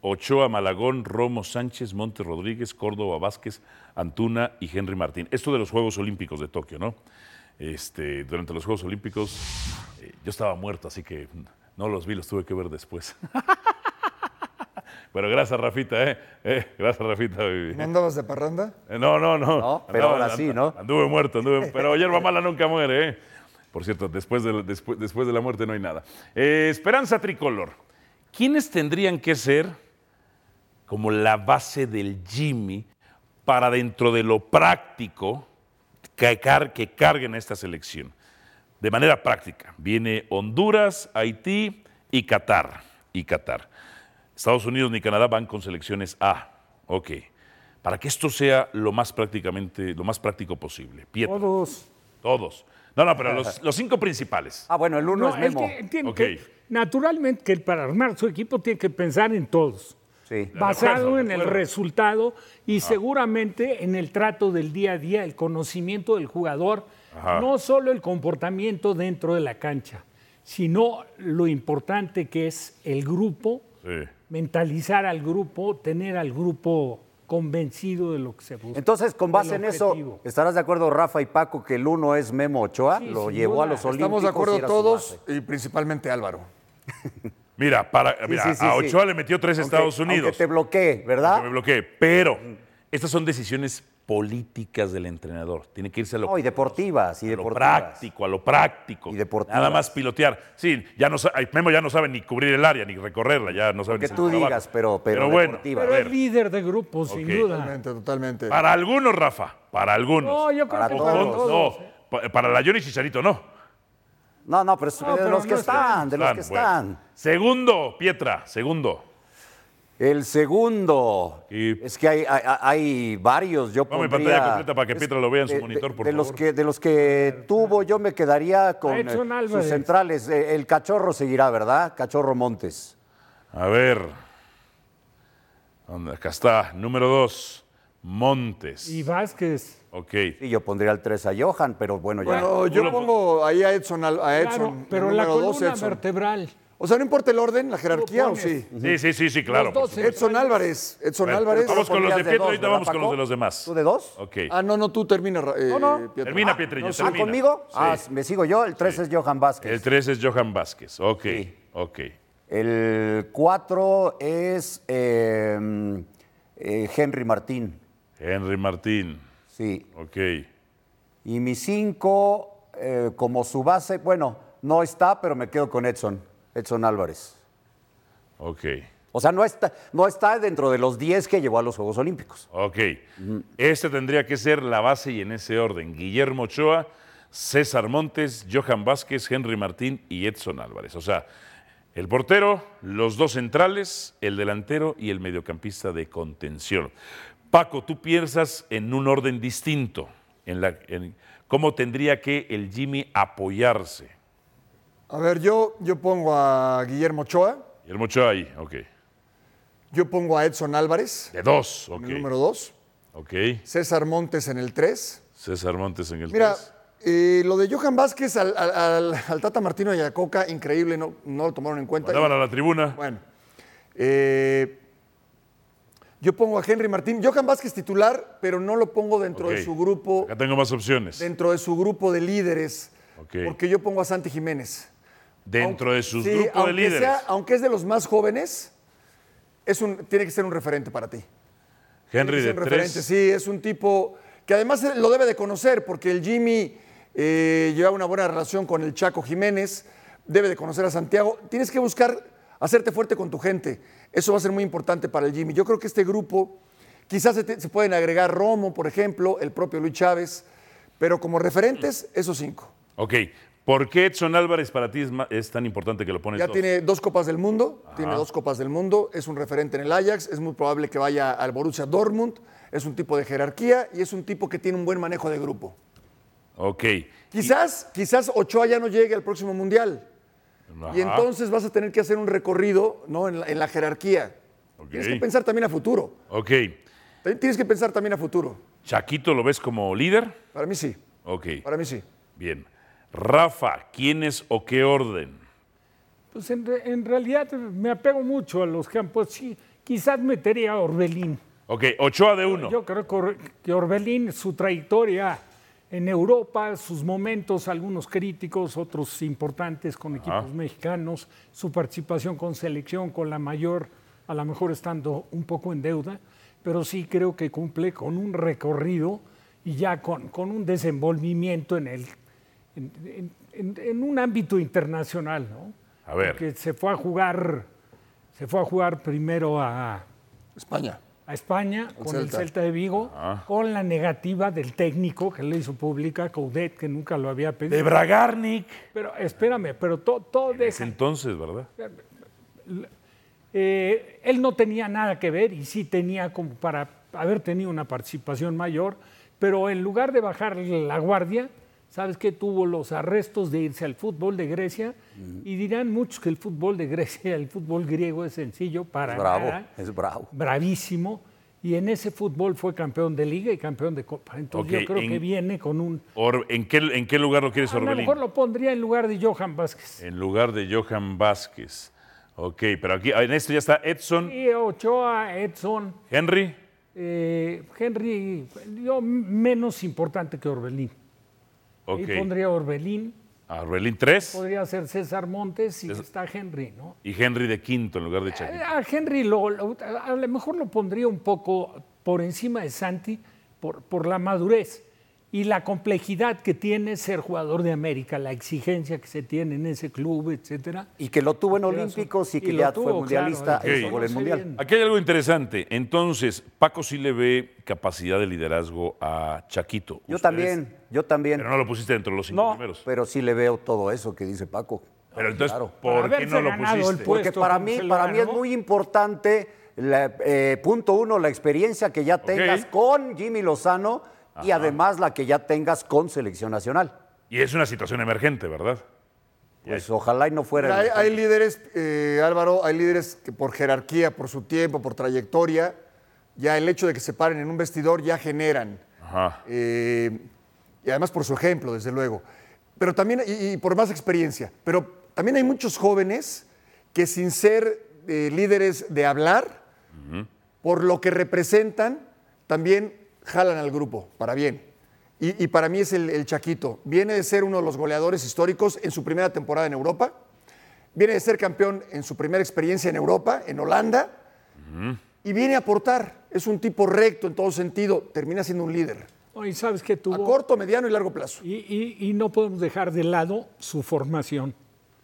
[SPEAKER 2] Ochoa, Malagón, Romo Sánchez, Monte Rodríguez, Córdoba Vázquez, Antuna y Henry Martín. Esto de los Juegos Olímpicos de Tokio, ¿no? Este, durante los Juegos Olímpicos eh, yo estaba muerto, así que no los vi, los tuve que ver después. Pero gracias, Rafita, ¿eh? Eh, gracias, Rafita.
[SPEAKER 5] ¿No andabas de parranda?
[SPEAKER 2] Eh, No, no, no.
[SPEAKER 6] No, pero ahora sí, ¿no?
[SPEAKER 2] Anduve muerto, anduve. Pero hierba mala nunca muere, ¿eh? Por cierto, después de, la- después, después de la muerte no hay nada. Eh, Esperanza Tricolor. ¿Quiénes tendrían que ser como la base del Jimmy para dentro de lo práctico que, car- que carguen a esta selección? De manera práctica. Viene Honduras, Haití y Qatar. Y Qatar. Estados Unidos ni Canadá van con selecciones A. Ok. Para que esto sea lo más prácticamente, lo más práctico posible. Pietra,
[SPEAKER 4] Todos.
[SPEAKER 2] todos. No, no, pero los, los cinco principales.
[SPEAKER 6] Ah, bueno, el
[SPEAKER 4] No,
[SPEAKER 6] uno es
[SPEAKER 4] es
[SPEAKER 6] Memo.
[SPEAKER 4] que tiene
[SPEAKER 2] Ok.
[SPEAKER 4] que- naturalmente que para armar su equipo tiene que pensar en todos,
[SPEAKER 6] Sí.
[SPEAKER 4] basado
[SPEAKER 2] acuerdo, de
[SPEAKER 4] en el
[SPEAKER 2] acuerdo.
[SPEAKER 4] resultado y seguramente en el trato del día a día, el conocimiento del jugador,
[SPEAKER 2] Ajá.
[SPEAKER 4] no solo el comportamiento dentro de la cancha, sino lo importante que es el grupo,
[SPEAKER 2] Sí.
[SPEAKER 4] mentalizar al grupo, tener al grupo convencido de lo que se busca.
[SPEAKER 6] Entonces, con base
[SPEAKER 4] del
[SPEAKER 6] en eso,
[SPEAKER 4] objetivo.
[SPEAKER 6] ¿estarás de acuerdo, Rafa y Paco, que el uno es Memo Ochoa?
[SPEAKER 4] Sí,
[SPEAKER 6] lo
[SPEAKER 4] sin
[SPEAKER 6] llevó a
[SPEAKER 4] duda.
[SPEAKER 6] los
[SPEAKER 5] Estamos
[SPEAKER 6] Olímpicos.
[SPEAKER 5] de
[SPEAKER 6] y
[SPEAKER 5] acuerdo
[SPEAKER 6] era su
[SPEAKER 5] todos
[SPEAKER 6] base.
[SPEAKER 5] y principalmente Álvaro.
[SPEAKER 2] Mira, para, Ah, mira,
[SPEAKER 6] sí, sí,
[SPEAKER 2] a
[SPEAKER 6] sí.
[SPEAKER 2] Ochoa le metió tres a Estados
[SPEAKER 6] Aunque-
[SPEAKER 2] Unidos.
[SPEAKER 6] Aunque te bloqueé, ¿verdad?
[SPEAKER 2] Que me bloqueé. Pero estas son decisiones políticas del entrenador. Tiene que irse a lo,
[SPEAKER 6] No, y deportivas, y
[SPEAKER 2] a lo
[SPEAKER 6] deportivas.
[SPEAKER 2] práctico, a lo práctico.
[SPEAKER 6] Y deportivas.
[SPEAKER 2] Nada más pilotear. Sí, ya no, sa- ay, Memo ya no sabe ni cubrir el área, ni recorrerla, ya no sabe
[SPEAKER 6] Lo que
[SPEAKER 2] ni
[SPEAKER 6] tú
[SPEAKER 2] salir
[SPEAKER 6] digas,
[SPEAKER 2] abajo.
[SPEAKER 6] pero- pero
[SPEAKER 2] bueno,
[SPEAKER 6] deportiva.
[SPEAKER 2] a
[SPEAKER 4] Pero es
[SPEAKER 2] ver,
[SPEAKER 4] líder de grupo, sin
[SPEAKER 2] Ok.
[SPEAKER 4] duda.
[SPEAKER 5] Totalmente, totalmente.
[SPEAKER 2] para algunos, Rafa, para algunos.
[SPEAKER 4] No, yo creo
[SPEAKER 6] Para
[SPEAKER 4] que
[SPEAKER 2] O
[SPEAKER 4] para
[SPEAKER 2] con-
[SPEAKER 6] todos,
[SPEAKER 4] todos.
[SPEAKER 2] no, pa- para la Johnny Chicharito no.
[SPEAKER 6] No, no, pero es-
[SPEAKER 4] No,
[SPEAKER 6] de
[SPEAKER 4] pero
[SPEAKER 6] los que
[SPEAKER 4] no están.
[SPEAKER 6] están, de los
[SPEAKER 2] bueno.
[SPEAKER 6] que están.
[SPEAKER 2] Segundo, Pietra, segundo.
[SPEAKER 6] El segundo.
[SPEAKER 2] Y-
[SPEAKER 6] Es que hay, hay- hay varios. Yo
[SPEAKER 2] Ponme
[SPEAKER 6] pondría-
[SPEAKER 2] pantalla completa para que
[SPEAKER 6] es-
[SPEAKER 2] Pietra lo vea en su
[SPEAKER 6] de-
[SPEAKER 2] monitor,
[SPEAKER 6] de-
[SPEAKER 2] por
[SPEAKER 6] de
[SPEAKER 2] favor.
[SPEAKER 6] Los que, de los que tuvo, yo me quedaría con eh,
[SPEAKER 4] Edson
[SPEAKER 6] sus
[SPEAKER 4] Álvarez.
[SPEAKER 6] centrales. Eh, El cachorro seguirá, ¿verdad? Cachorro Montes.
[SPEAKER 2] A ver. ¿Dónde? Acá está, número dos, Montes.
[SPEAKER 4] Y Vázquez.
[SPEAKER 2] Ok.
[SPEAKER 6] Y yo pondría el 3 a Johan, pero bueno, ya.
[SPEAKER 5] Bueno, yo pongo ahí a Edson, al- a Edson,
[SPEAKER 4] Claro, pero la
[SPEAKER 5] número
[SPEAKER 4] columna
[SPEAKER 5] dos, Edson.
[SPEAKER 4] vertebral.
[SPEAKER 5] O sea, no importa el orden, la jerarquía, ¿o
[SPEAKER 4] pones.
[SPEAKER 5] sí?
[SPEAKER 2] Sí, sí, sí, sí, claro.
[SPEAKER 4] Los
[SPEAKER 2] por
[SPEAKER 4] dos
[SPEAKER 2] supuesto.
[SPEAKER 5] Edson Álvarez, Edson
[SPEAKER 2] Bueno,
[SPEAKER 5] Álvarez.
[SPEAKER 2] Vamos con los de
[SPEAKER 6] Pondrías de
[SPEAKER 2] Pietro,
[SPEAKER 6] dos,
[SPEAKER 2] ahorita
[SPEAKER 6] ¿verdad,
[SPEAKER 2] vamos con los
[SPEAKER 6] Paco?
[SPEAKER 2] de los demás.
[SPEAKER 6] ¿Tú de dos?
[SPEAKER 2] Ok.
[SPEAKER 5] Ah, no, no, tú termina, Ra- eh,
[SPEAKER 6] no.
[SPEAKER 5] Pietro.
[SPEAKER 2] Termina, Pietra, ya
[SPEAKER 6] No, ¿Ah,
[SPEAKER 2] termina.
[SPEAKER 6] conmigo?
[SPEAKER 2] Sí.
[SPEAKER 6] Ah, me sigo yo. El 3 es Johan Vázquez.
[SPEAKER 2] El tres es Johan Vázquez. Ok,
[SPEAKER 6] Sí.
[SPEAKER 2] ok.
[SPEAKER 6] El 4 es eh, eh, Henry Martín.
[SPEAKER 2] Henry Martín.
[SPEAKER 6] Sí.
[SPEAKER 2] Ok.
[SPEAKER 6] Y mi 5, como su base, bueno, no está, pero me quedo con Edson, Edson Álvarez.
[SPEAKER 2] Ok.
[SPEAKER 6] O sea, no está, no está dentro de los 10 que llevó a los Juegos Olímpicos.
[SPEAKER 2] Ok. Esta tendría que ser la base y en ese orden. Guillermo Ochoa, César Montes, Johan Vázquez, Henry Martín y Edson Álvarez. O sea, el portero, los dos centrales, el delantero y el mediocampista de contención. Paco, tú piensas en un orden distinto, en la, en cómo tendría que el Jimmy apoyarse.
[SPEAKER 5] A ver, yo, yo pongo a Guillermo Ochoa,
[SPEAKER 2] Guillermo Ochoa ahí, ok.
[SPEAKER 5] yo pongo a Edson Álvarez,
[SPEAKER 2] De dos, ok.
[SPEAKER 5] en el número dos,
[SPEAKER 2] Ok.
[SPEAKER 5] César Montes en el tres.
[SPEAKER 2] César Montes en el
[SPEAKER 5] Mira,
[SPEAKER 2] tres.
[SPEAKER 5] eh, lo de Johan Vázquez al, al- al- al Tata Martino y a Coca, increíble, no, no lo tomaron en cuenta.
[SPEAKER 2] Mandaban a la tribuna.
[SPEAKER 5] Bueno, eh, yo pongo a Henry Martín. Johan Vázquez titular, pero no lo pongo dentro
[SPEAKER 2] Ok.
[SPEAKER 5] de su grupo,
[SPEAKER 2] Acá tengo más opciones.
[SPEAKER 5] dentro de su grupo de líderes,
[SPEAKER 2] Ok.
[SPEAKER 5] porque yo pongo a Santi Jiménez.
[SPEAKER 2] Dentro de sus
[SPEAKER 5] Sí,
[SPEAKER 2] grupos de
[SPEAKER 5] aunque
[SPEAKER 2] líderes.
[SPEAKER 5] sea- aunque es de los más jóvenes, es un, tiene que ser un referente para ti.
[SPEAKER 2] Henry
[SPEAKER 5] es
[SPEAKER 2] de
[SPEAKER 5] un referente,
[SPEAKER 2] tres.
[SPEAKER 5] sí, es un tipo que además eh, lo debe de conocer, porque el Jimmy eh, lleva una buena relación con el Chaco Jiménez, debe de conocer a Santiago. Tienes que buscar hacerte fuerte con tu gente. Eso va a ser muy importante para el Jimmy. Yo creo que este grupo, quizás se, te- se pueden agregar Romo, por ejemplo, el propio Luis Chávez, pero como referentes, esos cinco.
[SPEAKER 2] Ok. ¿Por qué Edson Álvarez para ti es, ma- es tan importante que lo pones
[SPEAKER 5] Ya
[SPEAKER 2] dos?
[SPEAKER 5] tiene dos Copas del Mundo, tiene dos Copas del Mundo, es un referente en el Ajax, es muy probable que vaya al Borussia Dortmund, es un tipo de jerarquía y es un tipo que tiene un buen manejo de grupo.
[SPEAKER 2] Ok.
[SPEAKER 5] Quizás, quizás Ochoa ya no llegue al próximo Mundial
[SPEAKER 2] Ajá.
[SPEAKER 5] y entonces vas a tener que hacer un recorrido ¿no? en, la, en la jerarquía.
[SPEAKER 2] Ok.
[SPEAKER 5] Tienes que pensar también a futuro.
[SPEAKER 2] Ok.
[SPEAKER 5] Te- Tienes que pensar también a futuro.
[SPEAKER 2] ¿Chaquito lo ves como líder?
[SPEAKER 5] Para mí sí,
[SPEAKER 2] Ok.
[SPEAKER 5] para mí sí.
[SPEAKER 2] Bien. Rafa, ¿quién es o qué orden?
[SPEAKER 4] Pues en, re- en realidad me apego mucho a los campos. Sí, quizás metería a Orbelín.
[SPEAKER 2] Ok. Ochoa de uno.
[SPEAKER 4] Yo creo que Or- que Orbelín, su trayectoria en Europa, sus momentos, algunos críticos, otros importantes con equipos
[SPEAKER 2] Ah.
[SPEAKER 4] mexicanos, su participación con selección, con la mayor, a lo mejor estando un poco en deuda, pero sí creo que cumple con un recorrido y ya con, con un desenvolvimiento en, el, en, en- en- en un ámbito internacional, ¿no?
[SPEAKER 2] A ver.
[SPEAKER 4] Porque se fue a jugar, se fue a jugar primero a,
[SPEAKER 5] España.
[SPEAKER 4] a España con el
[SPEAKER 5] Celta.
[SPEAKER 4] Celta de Vigo, con la negativa del técnico que le hizo pública, Coudet, que nunca lo había
[SPEAKER 2] De
[SPEAKER 4] pedido.
[SPEAKER 2] Bragarnik.
[SPEAKER 4] Pero espérame, pero todo, todo
[SPEAKER 2] Es
[SPEAKER 4] deja.
[SPEAKER 2] entonces, ¿verdad?
[SPEAKER 4] Eh, él no tenía nada que ver y sí tenía como para haber tenido una participación mayor, pero en lugar de bajar la guardia, ¿sabes qué? Tuvo los arrestos de irse al fútbol de Grecia y dirán muchos que el fútbol de Grecia, el fútbol griego es sencillo para
[SPEAKER 6] Es bravo,
[SPEAKER 4] nada.
[SPEAKER 6] es bravo.
[SPEAKER 4] Bravísimo. Y en ese fútbol fue campeón de liga y campeón de copa. Entonces
[SPEAKER 2] Ok,
[SPEAKER 4] yo creo
[SPEAKER 2] en-
[SPEAKER 4] que viene con un...
[SPEAKER 2] Or- ¿en, qué, ¿En qué lugar lo quieres,
[SPEAKER 4] A lo
[SPEAKER 2] Orbelín?
[SPEAKER 4] mejor lo pondría en lugar de Johan Vázquez.
[SPEAKER 2] En lugar de Johan Vázquez. Ok, pero aquí, ah, en esto ya está Edson,
[SPEAKER 4] Y Ochoa, Edson,
[SPEAKER 2] Henry.
[SPEAKER 4] Eh, Henry, yo menos importante que Orbelín.
[SPEAKER 2] Ok. Ah,
[SPEAKER 4] Ahí pondría Orbelín,
[SPEAKER 2] Arbelín 3
[SPEAKER 4] podría ser César Montes y está Henry, ¿no?
[SPEAKER 2] y Henry de quinto en lugar de
[SPEAKER 4] Eh,
[SPEAKER 2] Chaquito.
[SPEAKER 4] A Henry lo- lo- a lo mejor lo pondría un poco por encima de Santi por, por la madurez y la complejidad que tiene ser jugador de América, la exigencia que se tiene en ese club, etcétera.
[SPEAKER 6] Y que lo tuvo en Olímpicos y que
[SPEAKER 4] Y lo
[SPEAKER 6] ya
[SPEAKER 4] tuvo,
[SPEAKER 6] fue
[SPEAKER 4] claro,
[SPEAKER 6] mundialista
[SPEAKER 4] lo
[SPEAKER 6] en su
[SPEAKER 2] tuvo,
[SPEAKER 6] gol en
[SPEAKER 4] sí,
[SPEAKER 6] mundial.
[SPEAKER 4] bien.
[SPEAKER 2] Aquí hay algo interesante. Entonces, Paco sí le ve capacidad de liderazgo a Chaquito.
[SPEAKER 6] Yo
[SPEAKER 2] Ustedes-
[SPEAKER 6] también, yo también.
[SPEAKER 2] Pero no lo pusiste dentro de los cinco
[SPEAKER 4] No.
[SPEAKER 2] primeros.
[SPEAKER 6] Pero sí le veo todo eso que dice Paco.
[SPEAKER 2] Pero entonces,
[SPEAKER 6] Claro.
[SPEAKER 2] ¿por
[SPEAKER 4] Para
[SPEAKER 2] qué no
[SPEAKER 4] haberse
[SPEAKER 2] lo
[SPEAKER 4] ganado el
[SPEAKER 2] pusiste?
[SPEAKER 4] puesto.
[SPEAKER 6] Porque para
[SPEAKER 4] como
[SPEAKER 6] mí,
[SPEAKER 4] se lo
[SPEAKER 6] para mí es
[SPEAKER 4] ganó.
[SPEAKER 6] muy importante, la- eh, punto uno, la experiencia que ya tengas con Jimmy Lozano y además la que ya tengas con selección nacional.
[SPEAKER 2] Y es una situación emergente, ¿verdad?
[SPEAKER 6] Pues ojalá y no fuera.
[SPEAKER 5] Hay, hay líderes, eh, Álvaro, hay líderes que por jerarquía, por su tiempo, por trayectoria, ya el hecho de que se paren en un vestidor ya generan.
[SPEAKER 2] Ajá.
[SPEAKER 5] Eh, y además por su ejemplo, desde luego. Pero también, y, y por más experiencia, pero también hay muchos jóvenes que sin ser eh, líderes de hablar, por lo que representan, también jalan al grupo, para bien. Y, y para mí es el, el Chaquito. Viene de ser uno de los goleadores históricos en su primera temporada en Europa. Viene de ser campeón en su primera experiencia en Europa, en Holanda. Y viene a aportar. Es un tipo recto en todo sentido. Termina siendo un líder.
[SPEAKER 4] No, Y sabes que
[SPEAKER 5] A
[SPEAKER 4] tuvo.
[SPEAKER 5] corto, mediano y largo plazo.
[SPEAKER 4] Y, y- y no podemos dejar de lado su formación.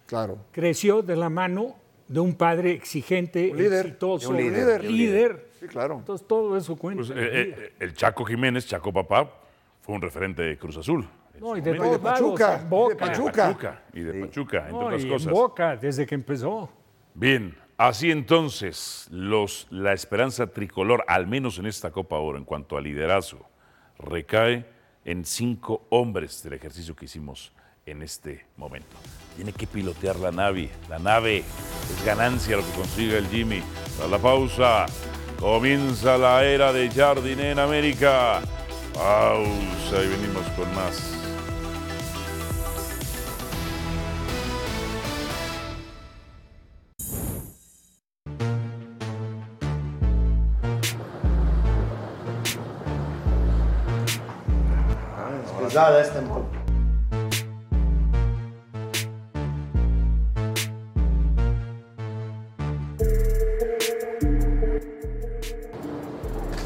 [SPEAKER 5] Claro.
[SPEAKER 4] Creció de la mano de un padre exigente,
[SPEAKER 5] Un líder,
[SPEAKER 4] exitoso,
[SPEAKER 5] de un líder.
[SPEAKER 4] líder.
[SPEAKER 5] Sí, claro.
[SPEAKER 4] Entonces todo eso cuenta.
[SPEAKER 2] Pues, eh, eh, el Chaco Jiménez, Chaco Papá, fue un referente de Cruz Azul. en
[SPEAKER 4] no,
[SPEAKER 2] su
[SPEAKER 4] y
[SPEAKER 2] momento.
[SPEAKER 4] de, todos
[SPEAKER 5] de
[SPEAKER 4] lados,
[SPEAKER 5] Pachuca,
[SPEAKER 4] en Boca.
[SPEAKER 5] de Pachuca.
[SPEAKER 2] Y de Pachuca, entre
[SPEAKER 4] No,
[SPEAKER 2] otras
[SPEAKER 4] y en
[SPEAKER 2] cosas.
[SPEAKER 4] Boca, desde que empezó.
[SPEAKER 2] Bien, así entonces, los, la esperanza tricolor, al menos en esta Copa Oro, en cuanto a liderazgo, recae en cinco hombres del ejercicio que hicimos en este momento. Tiene que pilotear la nave. La nave es ganancia lo que consiga el Jimmy. Tras la pausa, comienza la era de Jardine en América. Pausa y venimos con más.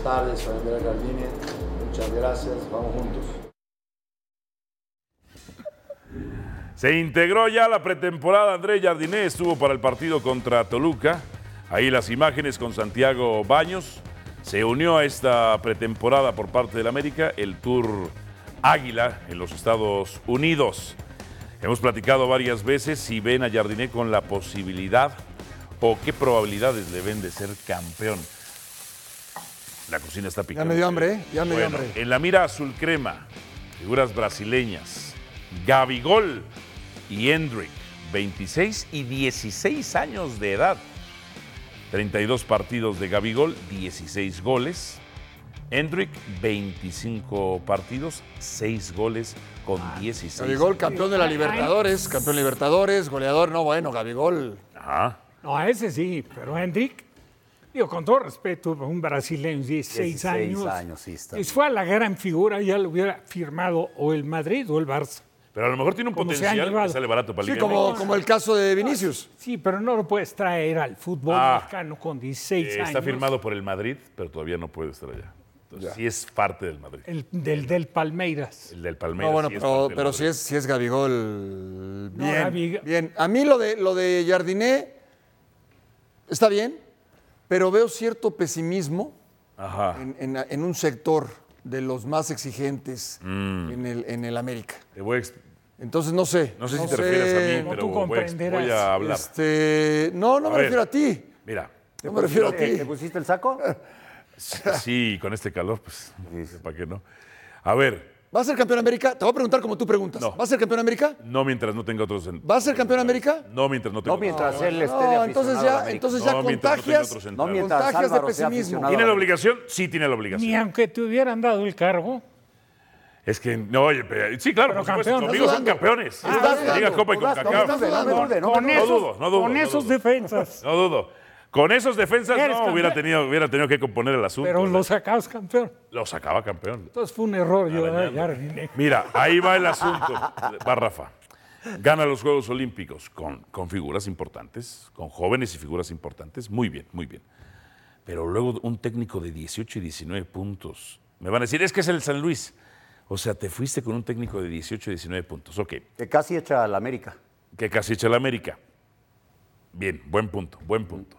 [SPEAKER 7] tardes, soy Andrea Gardini. Muchas gracias, vamos juntos.
[SPEAKER 2] Se integró ya la pretemporada. Andrés Jardiné estuvo para el partido contra Toluca. Ahí las imágenes con Santiago Baños. Se unió a esta pretemporada por parte del América el Tour Águila en los Estados Unidos. Hemos platicado varias veces si ven a Jardiné con la posibilidad o qué probabilidades le ven de ser campeón. La cocina está picante.
[SPEAKER 5] me dio hambre, ¿eh? Ya me dio
[SPEAKER 2] Bueno,
[SPEAKER 5] hambre.
[SPEAKER 2] En la mira azul crema, figuras brasileñas, Gabigol y Hendrick, 26 y 16 años de edad. 32 partidos de Gabigol, 16 goles. Hendrick, 25 partidos, 6 goles con
[SPEAKER 5] Ah,
[SPEAKER 2] 16.
[SPEAKER 5] Gabigol, campeón de la Libertadores, campeón Libertadores, goleador. No, bueno, Gabigol.
[SPEAKER 2] Ajá.
[SPEAKER 4] No, a ese sí, pero Hendrik, digo, con todo respeto, un brasileño, 16,
[SPEAKER 6] 16
[SPEAKER 4] años.
[SPEAKER 6] años, sí está.
[SPEAKER 4] Si fue a la gran figura, ya lo hubiera firmado o el Madrid o el Barça.
[SPEAKER 2] Pero a lo mejor tiene un
[SPEAKER 4] Como se han
[SPEAKER 2] potencial que
[SPEAKER 4] llevado.
[SPEAKER 2] sale barato para
[SPEAKER 5] Sí,
[SPEAKER 2] Liga
[SPEAKER 5] como,
[SPEAKER 2] MX.
[SPEAKER 5] como el caso de Vinicius.
[SPEAKER 4] Sí, pero no lo puedes traer al fútbol
[SPEAKER 2] Ah.
[SPEAKER 4] mexicano con 16
[SPEAKER 2] Eh,
[SPEAKER 4] años.
[SPEAKER 2] Está firmado por el Madrid, pero todavía no puede estar allá. Entonces, sí es parte del Madrid.
[SPEAKER 4] El, del, del Palmeiras.
[SPEAKER 2] El del Palmeiras.
[SPEAKER 5] No, bueno,
[SPEAKER 2] sí es
[SPEAKER 5] pero,
[SPEAKER 2] parte del
[SPEAKER 5] pero
[SPEAKER 2] Madrid.
[SPEAKER 5] si, es, si es Gabigol.
[SPEAKER 4] No,
[SPEAKER 5] Bien,
[SPEAKER 4] Gabi-
[SPEAKER 5] bien. A mí lo de, lo de Jardiné está bien, pero veo cierto pesimismo
[SPEAKER 2] Ajá.
[SPEAKER 5] en, en- en un sector de los más exigentes en, el, en el América.
[SPEAKER 2] Te voy a ex-
[SPEAKER 5] Entonces, no sé.
[SPEAKER 2] Mm. no sé si te refieres a mí,
[SPEAKER 4] No,
[SPEAKER 2] pero
[SPEAKER 4] tú
[SPEAKER 2] voy, a ex-
[SPEAKER 4] comprenderás.
[SPEAKER 2] voy a hablar.
[SPEAKER 5] Este, no, no
[SPEAKER 2] A
[SPEAKER 5] me
[SPEAKER 2] ver.
[SPEAKER 5] refiero a ti.
[SPEAKER 2] Mira,
[SPEAKER 5] No me refiero a
[SPEAKER 6] ¿Te,
[SPEAKER 5] ti.
[SPEAKER 6] te pusiste el saco?
[SPEAKER 2] sí, con este calor, pues, ¿para qué no? A ver,
[SPEAKER 5] ¿Va a ser campeón América? Te voy a preguntar como tú preguntas.
[SPEAKER 2] No.
[SPEAKER 5] ¿Va a ser campeón América?
[SPEAKER 2] no mientras no tenga otros... en-
[SPEAKER 5] ¿Va a ser campeón América?
[SPEAKER 2] No mientras no tenga
[SPEAKER 6] No
[SPEAKER 2] otros
[SPEAKER 6] mientras él esté de
[SPEAKER 5] No, entonces
[SPEAKER 6] aficionado a
[SPEAKER 5] ya,
[SPEAKER 6] América.
[SPEAKER 5] entonces
[SPEAKER 2] No,
[SPEAKER 5] ya
[SPEAKER 2] mientras no tenga
[SPEAKER 5] contagias,
[SPEAKER 2] otro sentido.
[SPEAKER 6] No mientras
[SPEAKER 5] contagias de
[SPEAKER 6] Álvaro sea
[SPEAKER 5] pesimismo.
[SPEAKER 6] aficionado a
[SPEAKER 2] ¿Tiene la
[SPEAKER 6] América.
[SPEAKER 2] obligación? Sí tiene la obligación.
[SPEAKER 4] Ni aunque te hubieran dado el cargo.
[SPEAKER 2] Es que, no, oye, pe- sí, claro, por supuesto,
[SPEAKER 4] campeón, Ah,
[SPEAKER 2] conmigo
[SPEAKER 5] estás
[SPEAKER 2] son
[SPEAKER 5] dando.
[SPEAKER 2] campeones.
[SPEAKER 5] Estás
[SPEAKER 2] La Liga
[SPEAKER 5] dando,
[SPEAKER 2] Copa y
[SPEAKER 6] estás
[SPEAKER 2] Concacaf.
[SPEAKER 6] dando, estás dando. No dude, no,
[SPEAKER 4] con
[SPEAKER 6] no, no
[SPEAKER 4] esos,
[SPEAKER 2] dudo, no dudo,
[SPEAKER 4] con
[SPEAKER 2] no
[SPEAKER 4] esos
[SPEAKER 2] dudo.
[SPEAKER 4] defensas.
[SPEAKER 2] No dudo. Con esos defensas
[SPEAKER 4] Eres
[SPEAKER 2] no hubiera
[SPEAKER 4] campeón.
[SPEAKER 2] tenido, hubiera tenido que componer el asunto.
[SPEAKER 4] pero lo sacabas campeón.
[SPEAKER 2] Lo sacaba campeón.
[SPEAKER 4] Entonces fue un error yo de
[SPEAKER 2] Arañando.
[SPEAKER 4] Jardine.
[SPEAKER 2] Mira, ahí va el asunto. Va Rafa. Gana los Juegos Olímpicos con, con figuras importantes, con jóvenes y figuras importantes. Muy bien, muy bien. Pero luego un técnico de 18 y 19 puntos, Me van a decir, es que es el San Luis. O sea, te fuiste con un técnico de 18, 19 puntos. Ok,
[SPEAKER 6] Que casi echa al América.
[SPEAKER 2] que casi echa la América. Bien, buen punto, buen punto.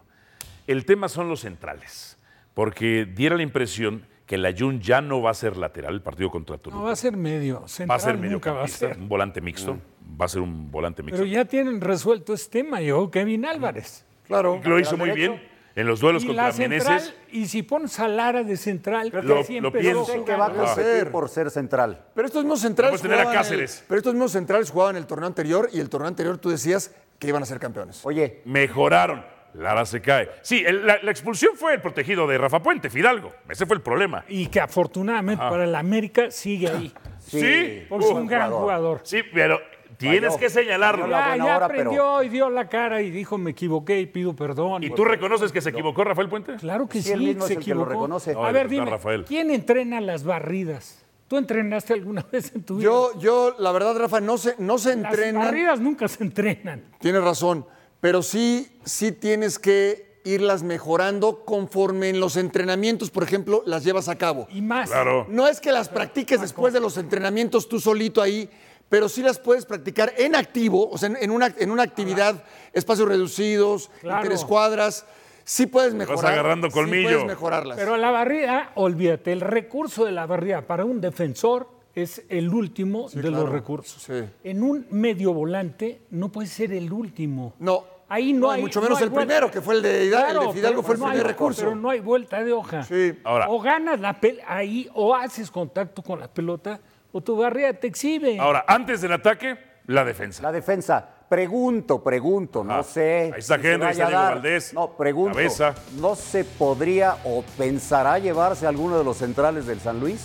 [SPEAKER 2] El tema son los centrales, porque diera la impresión que la Jun ya no va a ser lateral el partido contra Toluca.
[SPEAKER 4] No, va a ser medio.
[SPEAKER 2] va
[SPEAKER 4] Central
[SPEAKER 2] a ser
[SPEAKER 4] nunca va a
[SPEAKER 2] mediocampista,
[SPEAKER 4] ser. Mm.
[SPEAKER 2] un volante mixto. Va a ser un volante mixto.
[SPEAKER 4] Pero ya tienen resuelto este tema, yo, Kevin Álvarez.
[SPEAKER 5] Claro.
[SPEAKER 2] Lo hizo muy
[SPEAKER 6] derecho.
[SPEAKER 2] bien en los duelos
[SPEAKER 4] y
[SPEAKER 2] contra
[SPEAKER 4] la central,
[SPEAKER 2] Meneses.
[SPEAKER 4] y si pones a Lara de central, que
[SPEAKER 2] Lo-
[SPEAKER 4] así
[SPEAKER 2] lo
[SPEAKER 4] empezó.
[SPEAKER 2] pienso.
[SPEAKER 6] Que va a
[SPEAKER 2] Ah.
[SPEAKER 6] competir por ser central.
[SPEAKER 5] Pero estos mismos centrales.
[SPEAKER 2] Vamos a tener a
[SPEAKER 5] jugaban el-
[SPEAKER 2] Cáceres.
[SPEAKER 5] pero estos mismos centrales jugaban el torneo anterior y el torneo anterior tú decías que iban a ser campeones.
[SPEAKER 6] Oye,
[SPEAKER 2] Mejoraron. Lara se cae. Sí, el- la, la expulsión fue el protegido de Rafa Puente, Fidalgo. Ese fue el problema.
[SPEAKER 4] Y que afortunadamente
[SPEAKER 2] Ah.
[SPEAKER 4] para el América sigue ahí.
[SPEAKER 2] Sí,
[SPEAKER 4] Porque es un
[SPEAKER 6] buen
[SPEAKER 4] gran jugador.
[SPEAKER 2] sí, pero tienes
[SPEAKER 6] Falló.
[SPEAKER 2] que señalarlo.
[SPEAKER 6] Falló la-
[SPEAKER 4] Ya,
[SPEAKER 6] buena
[SPEAKER 4] ya
[SPEAKER 6] hora, pero-
[SPEAKER 4] aprendió y dio la cara y dijo, me equivoqué y pido perdón.
[SPEAKER 2] ¿Y tú reconoces que se equivocó Rafael Puente?
[SPEAKER 4] Claro que
[SPEAKER 6] Sí,
[SPEAKER 4] sí,
[SPEAKER 6] él mismo
[SPEAKER 4] se
[SPEAKER 6] es el que lo
[SPEAKER 4] equivocó.
[SPEAKER 6] reconoce. No,
[SPEAKER 4] a
[SPEAKER 2] el
[SPEAKER 4] ver,
[SPEAKER 2] doctor
[SPEAKER 4] dime,
[SPEAKER 2] Rafael.
[SPEAKER 4] ¿quién entrena las barridas? ¿Tú entrenaste alguna vez en tu vida?
[SPEAKER 5] Yo, yo, la verdad, Rafa, no se, no se
[SPEAKER 4] las
[SPEAKER 5] entrenan.
[SPEAKER 4] barridas nunca se entrenan.
[SPEAKER 5] Tienes razón. Pero sí, sí tienes que irlas mejorando conforme en los entrenamientos, por ejemplo, las llevas a cabo.
[SPEAKER 4] Y más.
[SPEAKER 2] Claro.
[SPEAKER 5] No es que las practiques después de los entrenamientos tú solito ahí, pero sí las puedes practicar en activo, o sea, en- en una, en una actividad, espacios reducidos,
[SPEAKER 4] Claro.
[SPEAKER 5] interescuadras. Sí puedes mejorar.
[SPEAKER 2] agarrando colmillo.
[SPEAKER 5] Sí puedes mejorarlas.
[SPEAKER 4] Pero la barrida, olvídate, el recurso de la barrida para un defensor es el último de los recursos.
[SPEAKER 5] Sí.
[SPEAKER 4] En un medio volante no puede ser el último.
[SPEAKER 5] No.
[SPEAKER 4] Ahí no,
[SPEAKER 5] No, y
[SPEAKER 4] hay.
[SPEAKER 5] mucho menos
[SPEAKER 4] hay
[SPEAKER 5] el
[SPEAKER 4] vuelta.
[SPEAKER 5] primero, que fue el de Hidalgo, el de
[SPEAKER 4] pero
[SPEAKER 5] Fidalgo fue el
[SPEAKER 4] no hay-
[SPEAKER 5] primer recurso.
[SPEAKER 4] Pero no hay vuelta de hoja.
[SPEAKER 5] Sí.
[SPEAKER 2] Ahora-
[SPEAKER 4] O ganas la pelota ahí, o haces contacto con la pelota, o tu barrida te exhibe.
[SPEAKER 2] Ahora, antes del ataque, la defensa.
[SPEAKER 6] la defensa. Pregunto, pregunto, no
[SPEAKER 2] Ah,
[SPEAKER 6] sé.
[SPEAKER 2] ahí está
[SPEAKER 6] si se
[SPEAKER 2] Henry,
[SPEAKER 6] vaya
[SPEAKER 2] está
[SPEAKER 6] a
[SPEAKER 2] Diego
[SPEAKER 6] dar.
[SPEAKER 2] Valdés,
[SPEAKER 6] No, pregunto.
[SPEAKER 2] Cabeza.
[SPEAKER 6] ¿No se podría o pensará llevarse alguno de los centrales del San Luis?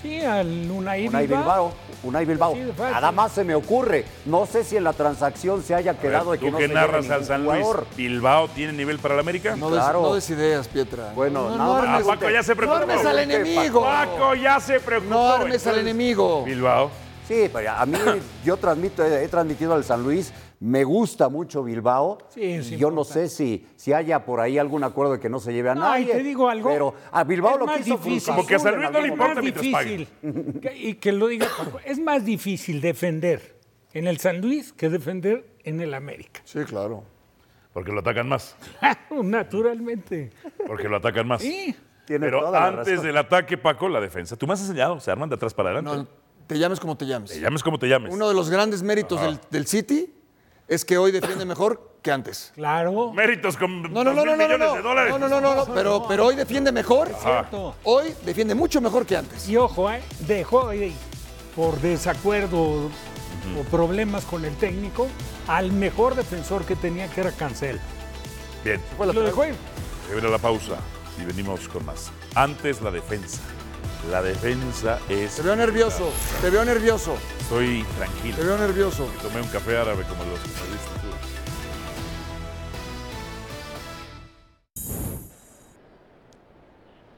[SPEAKER 4] Sí, al Unai,
[SPEAKER 6] Unai Bilbao. Unai Bilbao.
[SPEAKER 4] Así de fácil.
[SPEAKER 6] Nada más se me ocurre. No sé si en la transacción se haya
[SPEAKER 2] A ver,
[SPEAKER 6] quedado de que
[SPEAKER 2] Tú
[SPEAKER 6] no
[SPEAKER 2] que
[SPEAKER 6] se
[SPEAKER 2] narras
[SPEAKER 6] lleve
[SPEAKER 2] al
[SPEAKER 6] ningún
[SPEAKER 2] San Luis,
[SPEAKER 6] jugador.
[SPEAKER 2] ¿Bilbao tiene nivel para la América?
[SPEAKER 5] No, des-
[SPEAKER 6] Claro.
[SPEAKER 5] no des ideas, Pietra.
[SPEAKER 6] Bueno,
[SPEAKER 5] no, no
[SPEAKER 6] nada más este,
[SPEAKER 5] armes-
[SPEAKER 2] Ah, Paco ya se
[SPEAKER 5] no
[SPEAKER 2] preocupó.
[SPEAKER 5] armes al enemigo.
[SPEAKER 2] Paco ya se preocupó.
[SPEAKER 5] No armes al
[SPEAKER 2] Entonces,
[SPEAKER 5] enemigo.
[SPEAKER 2] Bilbao.
[SPEAKER 6] Sí, pero a mí yo transmito, he, he transmitido al San Luis, me gusta mucho Bilbao.
[SPEAKER 4] Sí, es
[SPEAKER 6] Y yo no sé si, si haya por ahí algún acuerdo de que no se lleve a
[SPEAKER 4] Ay,
[SPEAKER 6] nadie.
[SPEAKER 4] te digo algo.
[SPEAKER 6] Pero a Bilbao
[SPEAKER 4] Es
[SPEAKER 6] lo
[SPEAKER 4] más
[SPEAKER 6] quiso Cruz
[SPEAKER 4] difícil.
[SPEAKER 6] Azul
[SPEAKER 2] Como que a San
[SPEAKER 6] en
[SPEAKER 2] Luis no le
[SPEAKER 6] algún
[SPEAKER 2] importa
[SPEAKER 4] Es más
[SPEAKER 2] mientras
[SPEAKER 4] difícil. que- y que lo diga Paco, Es más difícil defender en el San Luis que defender en el América.
[SPEAKER 5] Sí, claro.
[SPEAKER 2] Porque lo atacan más.
[SPEAKER 4] Naturalmente.
[SPEAKER 2] Porque lo atacan más.
[SPEAKER 4] Sí.
[SPEAKER 6] Tiene
[SPEAKER 2] Pero
[SPEAKER 6] toda la
[SPEAKER 2] antes
[SPEAKER 6] razón.
[SPEAKER 2] del ataque, Paco, la defensa. Tú me has enseñado, se arman de atrás para adelante.
[SPEAKER 5] No, te llames como te llames.
[SPEAKER 2] Te llames como te llames.
[SPEAKER 5] Uno de los grandes méritos del, del City es que hoy defiende mejor que antes.
[SPEAKER 4] Claro.
[SPEAKER 2] Méritos con
[SPEAKER 5] No, no, no, no, no, no,
[SPEAKER 2] millones
[SPEAKER 5] no,
[SPEAKER 2] de dólares.
[SPEAKER 5] no, no, no, no, no, pero, pero hoy defiende mejor.
[SPEAKER 4] cierto.
[SPEAKER 5] Hoy defiende mucho mejor que antes.
[SPEAKER 4] Y ojo, ¿eh? dejó eh, por desacuerdo o- o problemas con el técnico al mejor defensor que tenía, que era Cancel.
[SPEAKER 2] Bien,
[SPEAKER 4] Lo dejó ir.
[SPEAKER 2] se viene la pausa y venimos con más. Antes la defensa. La defensa es.
[SPEAKER 5] Te veo nervioso, te veo nervioso,
[SPEAKER 2] Estoy
[SPEAKER 5] te
[SPEAKER 2] tranquilo.
[SPEAKER 5] veo nervioso.
[SPEAKER 2] Tomé un café árabe como los que saliste tú.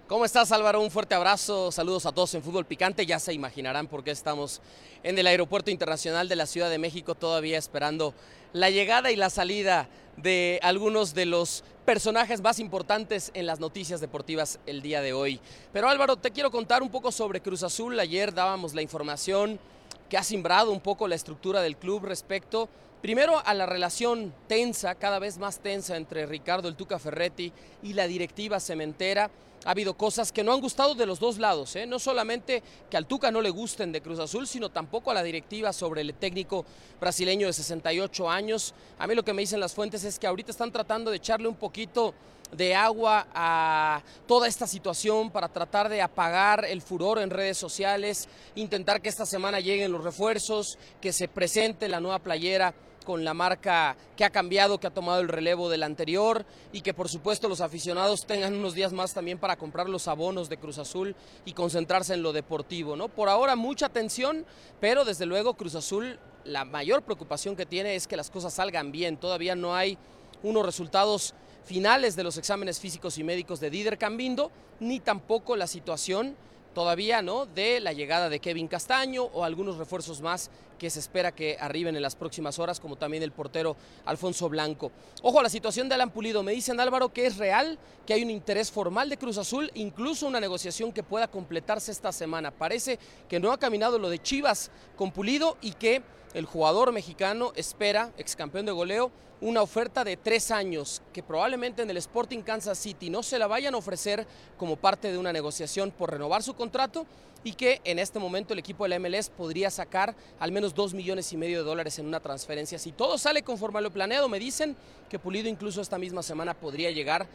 [SPEAKER 8] ¿Cómo estás Álvaro? Un fuerte abrazo, saludos a todos en Fútbol Picante, ya se imaginarán por qué estamos en el Aeropuerto Internacional de la Ciudad de México todavía esperando la llegada y la salida de algunos de los personajes más importantes en las noticias deportivas el día de hoy. Pero Álvaro, te quiero contar un poco sobre Cruz Azul, ayer dábamos la información que ha simbrado un poco la estructura del club respecto Primero a la relación tensa, cada vez más tensa entre Ricardo el Tuca Ferretti y la directiva cementera. Ha habido cosas que no han gustado de los dos lados, ¿eh? no solamente que al Tuca no le gusten de Cruz Azul, sino tampoco a la directiva sobre el técnico brasileño de 68 años. A mí lo que me dicen las fuentes es que ahorita están tratando de echarle un poquito de agua a toda esta situación para tratar de apagar el furor en redes sociales, intentar que esta semana lleguen los refuerzos, que se presente la nueva playera con la marca que ha cambiado, que ha tomado el relevo del anterior y que por supuesto los aficionados tengan unos días más también para comprar los abonos de Cruz Azul y concentrarse en lo deportivo, ¿no? Por ahora mucha tensión, pero desde luego Cruz Azul la mayor preocupación que tiene es que las cosas salgan bien, todavía no hay unos resultados finales de los exámenes físicos y médicos de Dider Cambindo, ni tampoco la situación todavía, ¿no? De la llegada de Kevin Castaño o algunos refuerzos más que se espera que arriben en las próximas horas, como también el portero Alfonso Blanco. Ojo a la situación de Alan Pulido. Me dicen Álvaro que es real, que hay un interés formal de Cruz Azul, incluso una negociación que pueda completarse esta semana. Parece que no ha caminado lo de Chivas con Pulido y que el jugador mexicano espera, ex campeón de goleo, una oferta de tres años que probablemente en el Sporting Kansas City no se la vayan a ofrecer como parte de una negociación por renovar su contrato y que en este momento el equipo de la MLS podría sacar al menos dos millones y medio de dólares en una transferencia. Si todo sale conforme a lo planeado, me dicen que Pulido incluso esta misma semana podría llegar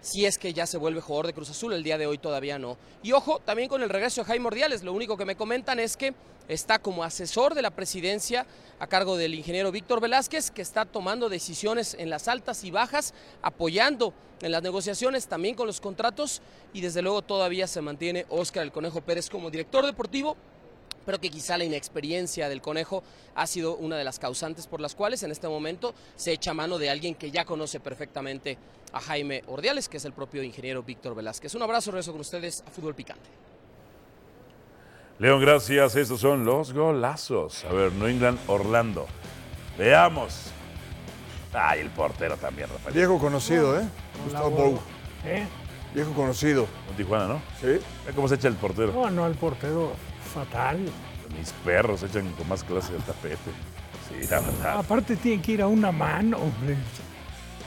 [SPEAKER 8] si es que ya se vuelve jugador de Cruz Azul, el día de hoy todavía no. Y ojo, también con el regreso de Jaime Ordiales, lo único que me comentan es que está como asesor de la presidencia a cargo del ingeniero Víctor Velázquez, que está tomando decisiones en las altas y bajas, apoyando en las negociaciones, también con los contratos, y desde luego todavía se mantiene Óscar el Conejo Pérez como director deportivo, pero que quizá la inexperiencia del conejo ha sido una de las causantes por las cuales en este momento se echa mano de alguien que ya conoce perfectamente a Jaime Ordiales, que es el propio ingeniero Víctor Velázquez. Un abrazo, regreso con ustedes a Fútbol Picante.
[SPEAKER 2] León, gracias. Estos son los golazos. A ver, New England, Orlando. Veamos. Ay, el portero también, Rafael.
[SPEAKER 5] Viejo conocido, ¿eh? Gustavo Bou.
[SPEAKER 4] ¿eh?
[SPEAKER 5] Viejo conocido.
[SPEAKER 2] Con Tijuana, ¿no?
[SPEAKER 5] Sí.
[SPEAKER 2] Mira cómo se echa el portero.
[SPEAKER 4] No, no, el portero fatal.
[SPEAKER 2] Mis perros se echan con más clase de tapete. Sí,
[SPEAKER 5] Ah,
[SPEAKER 2] la verdad.
[SPEAKER 4] Aparte tiene que ir a una mano, hombre.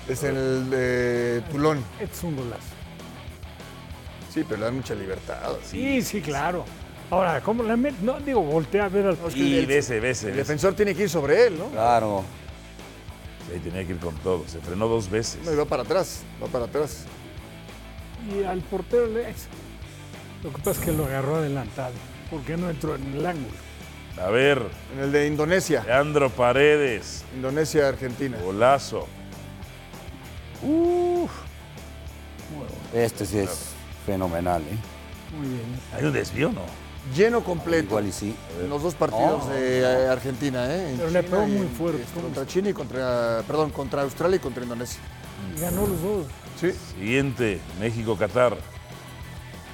[SPEAKER 5] Es el de Tulón.
[SPEAKER 4] Es un golazo.
[SPEAKER 5] Sí, pero le dan mucha libertad.
[SPEAKER 4] Sí, sí, claro. Ahora, ¿cómo la met- No, digo, voltea a ver al...
[SPEAKER 2] Y bese, bese,
[SPEAKER 5] pues El
[SPEAKER 2] bese.
[SPEAKER 5] defensor tiene que ir sobre él, ¿no?
[SPEAKER 6] Claro.
[SPEAKER 2] Ahí tenía que ir con todo. Se frenó dos veces.
[SPEAKER 5] No, y va para atrás, va para atrás.
[SPEAKER 4] Y al portero le hace. Lo que pasa es que lo agarró adelantado, porque no entró en el ángulo.
[SPEAKER 2] A ver,
[SPEAKER 5] En el de Indonesia.
[SPEAKER 2] Leandro Paredes.
[SPEAKER 5] Indonesia, Argentina.
[SPEAKER 2] Golazo.
[SPEAKER 6] Este sí es fenomenal, ¿eh?
[SPEAKER 4] Muy bien.
[SPEAKER 2] ¿Hay un desvío no?
[SPEAKER 5] Lleno completo.
[SPEAKER 6] Igual y sí.
[SPEAKER 5] En los dos partidos de eh, Argentina, ¿eh? En
[SPEAKER 4] Pero le
[SPEAKER 5] China
[SPEAKER 4] pegó
[SPEAKER 5] y
[SPEAKER 4] muy
[SPEAKER 5] en-
[SPEAKER 4] fuerte.
[SPEAKER 5] es- Contra China y contra. Perdón, contra Australia y contra Indonesia.
[SPEAKER 4] Y ganó los dos.
[SPEAKER 5] Sí.
[SPEAKER 2] Siguiente, México-Qatar.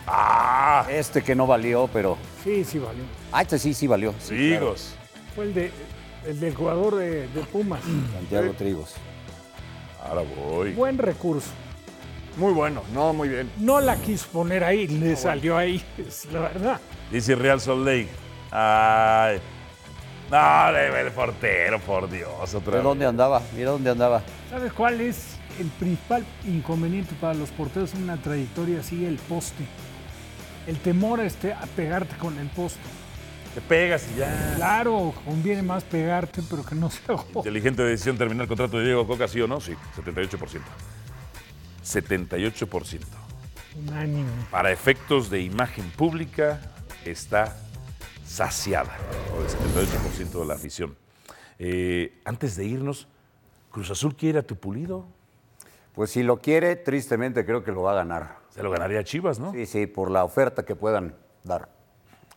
[SPEAKER 2] ¡Ah!
[SPEAKER 6] Este que no valió, pero.
[SPEAKER 4] Sí, sí valió.
[SPEAKER 6] Ah, este sí, sí valió. Sí, claro.
[SPEAKER 2] Trigos.
[SPEAKER 4] Fue el, de, el del jugador de, de Pumas.
[SPEAKER 6] Santiago Trigos.
[SPEAKER 2] Ahora voy.
[SPEAKER 4] Buen recurso.
[SPEAKER 5] Muy bueno. No, muy bien.
[SPEAKER 4] No la quiso poner ahí, le salió ahí, es la verdad.
[SPEAKER 2] Dice Real Salt Lake. ¡Ay! No, le ve el portero, por Dios. Otra
[SPEAKER 6] Mira
[SPEAKER 2] vez.
[SPEAKER 6] dónde andaba, mira dónde andaba.
[SPEAKER 4] ¿Sabes cuál es el principal inconveniente para los porteros en una trayectoria así? El poste. El temor este a pegarte con el poste.
[SPEAKER 2] Te pegas y ya.
[SPEAKER 4] Claro, conviene más pegarte, pero que no se
[SPEAKER 5] Oh.
[SPEAKER 4] joda.
[SPEAKER 2] Inteligente decisión terminar el contrato de Diego Coca, ¿sí o no? Sí, 78%. 78%.
[SPEAKER 4] Unánime.
[SPEAKER 2] Para efectos de imagen pública, está saciada. O el 78% de la afición. Eh, antes de irnos, ¿Cruz Azul quiere a tu pulido?
[SPEAKER 6] Pues si lo quiere, tristemente creo que lo va a ganar.
[SPEAKER 2] Se lo ganaría a Chivas, ¿no?
[SPEAKER 6] Sí, sí, por la oferta que puedan dar.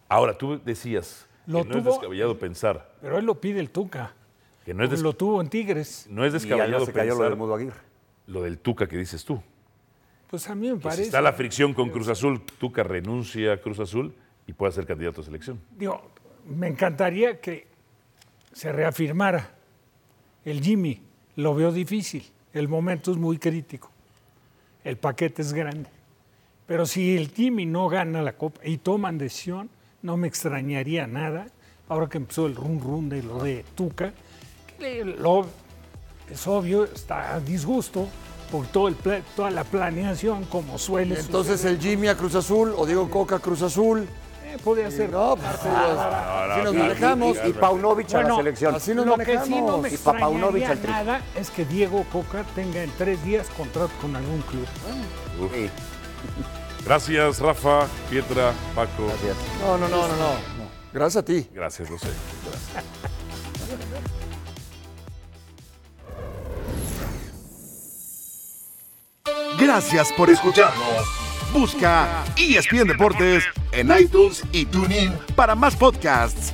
[SPEAKER 2] Ahora, tú decías
[SPEAKER 4] Lo
[SPEAKER 2] que no es
[SPEAKER 4] tuvo-
[SPEAKER 2] descabellado pensar.
[SPEAKER 4] Pero él lo pide el Tuca.
[SPEAKER 2] Que no es, des-
[SPEAKER 4] Lo tuvo en Tigres.
[SPEAKER 2] no es
[SPEAKER 6] Y ya no
[SPEAKER 2] descabellado
[SPEAKER 6] se cayó
[SPEAKER 2] pensar
[SPEAKER 6] lo del Mudo Aguirre.
[SPEAKER 2] lo del Tuca que dices tú.
[SPEAKER 4] Pues a mí me
[SPEAKER 2] Que si
[SPEAKER 4] parece.
[SPEAKER 2] está la fricción con Cruz Azul, Tuca renuncia a Cruz Azul y puede ser candidato a selección.
[SPEAKER 4] Digo, me encantaría que se reafirmara. El Jimmy lo veo difícil. El momento es muy crítico. El paquete es grande. Pero si el Jimmy no gana la Copa y toman decisión, no me extrañaría nada. Ahora que empezó el run run de lo de Tuca, que le- lo- es obvio, está a disgusto por todo el pla- toda la planeación, como
[SPEAKER 5] Y
[SPEAKER 4] suele
[SPEAKER 5] entonces el Jimmy a Cruz Azul o Diego Coca a Cruz Azul.
[SPEAKER 4] suceder. Eh, podría ser.
[SPEAKER 5] No, pues así nos manejamos.
[SPEAKER 6] Y Paunovic a la
[SPEAKER 4] Bueno,
[SPEAKER 6] selección.
[SPEAKER 5] así nos
[SPEAKER 4] lo que sí no
[SPEAKER 5] manejamos.
[SPEAKER 4] me
[SPEAKER 6] Y Papaunovic
[SPEAKER 4] extrañaría
[SPEAKER 6] al tri.
[SPEAKER 4] nada es que Diego Coca tenga en tres días contrato con algún club.
[SPEAKER 6] Sí,
[SPEAKER 2] Gracias, Rafa, Pietra, Paco.
[SPEAKER 6] gracias.
[SPEAKER 5] No, no, no, no, no. Gracias a ti.
[SPEAKER 2] Gracias, lo sé. Gracias.
[SPEAKER 1] Gracias por escucharnos. E Busca ESPN Deportes en iTunes y TuneIn para más podcasts.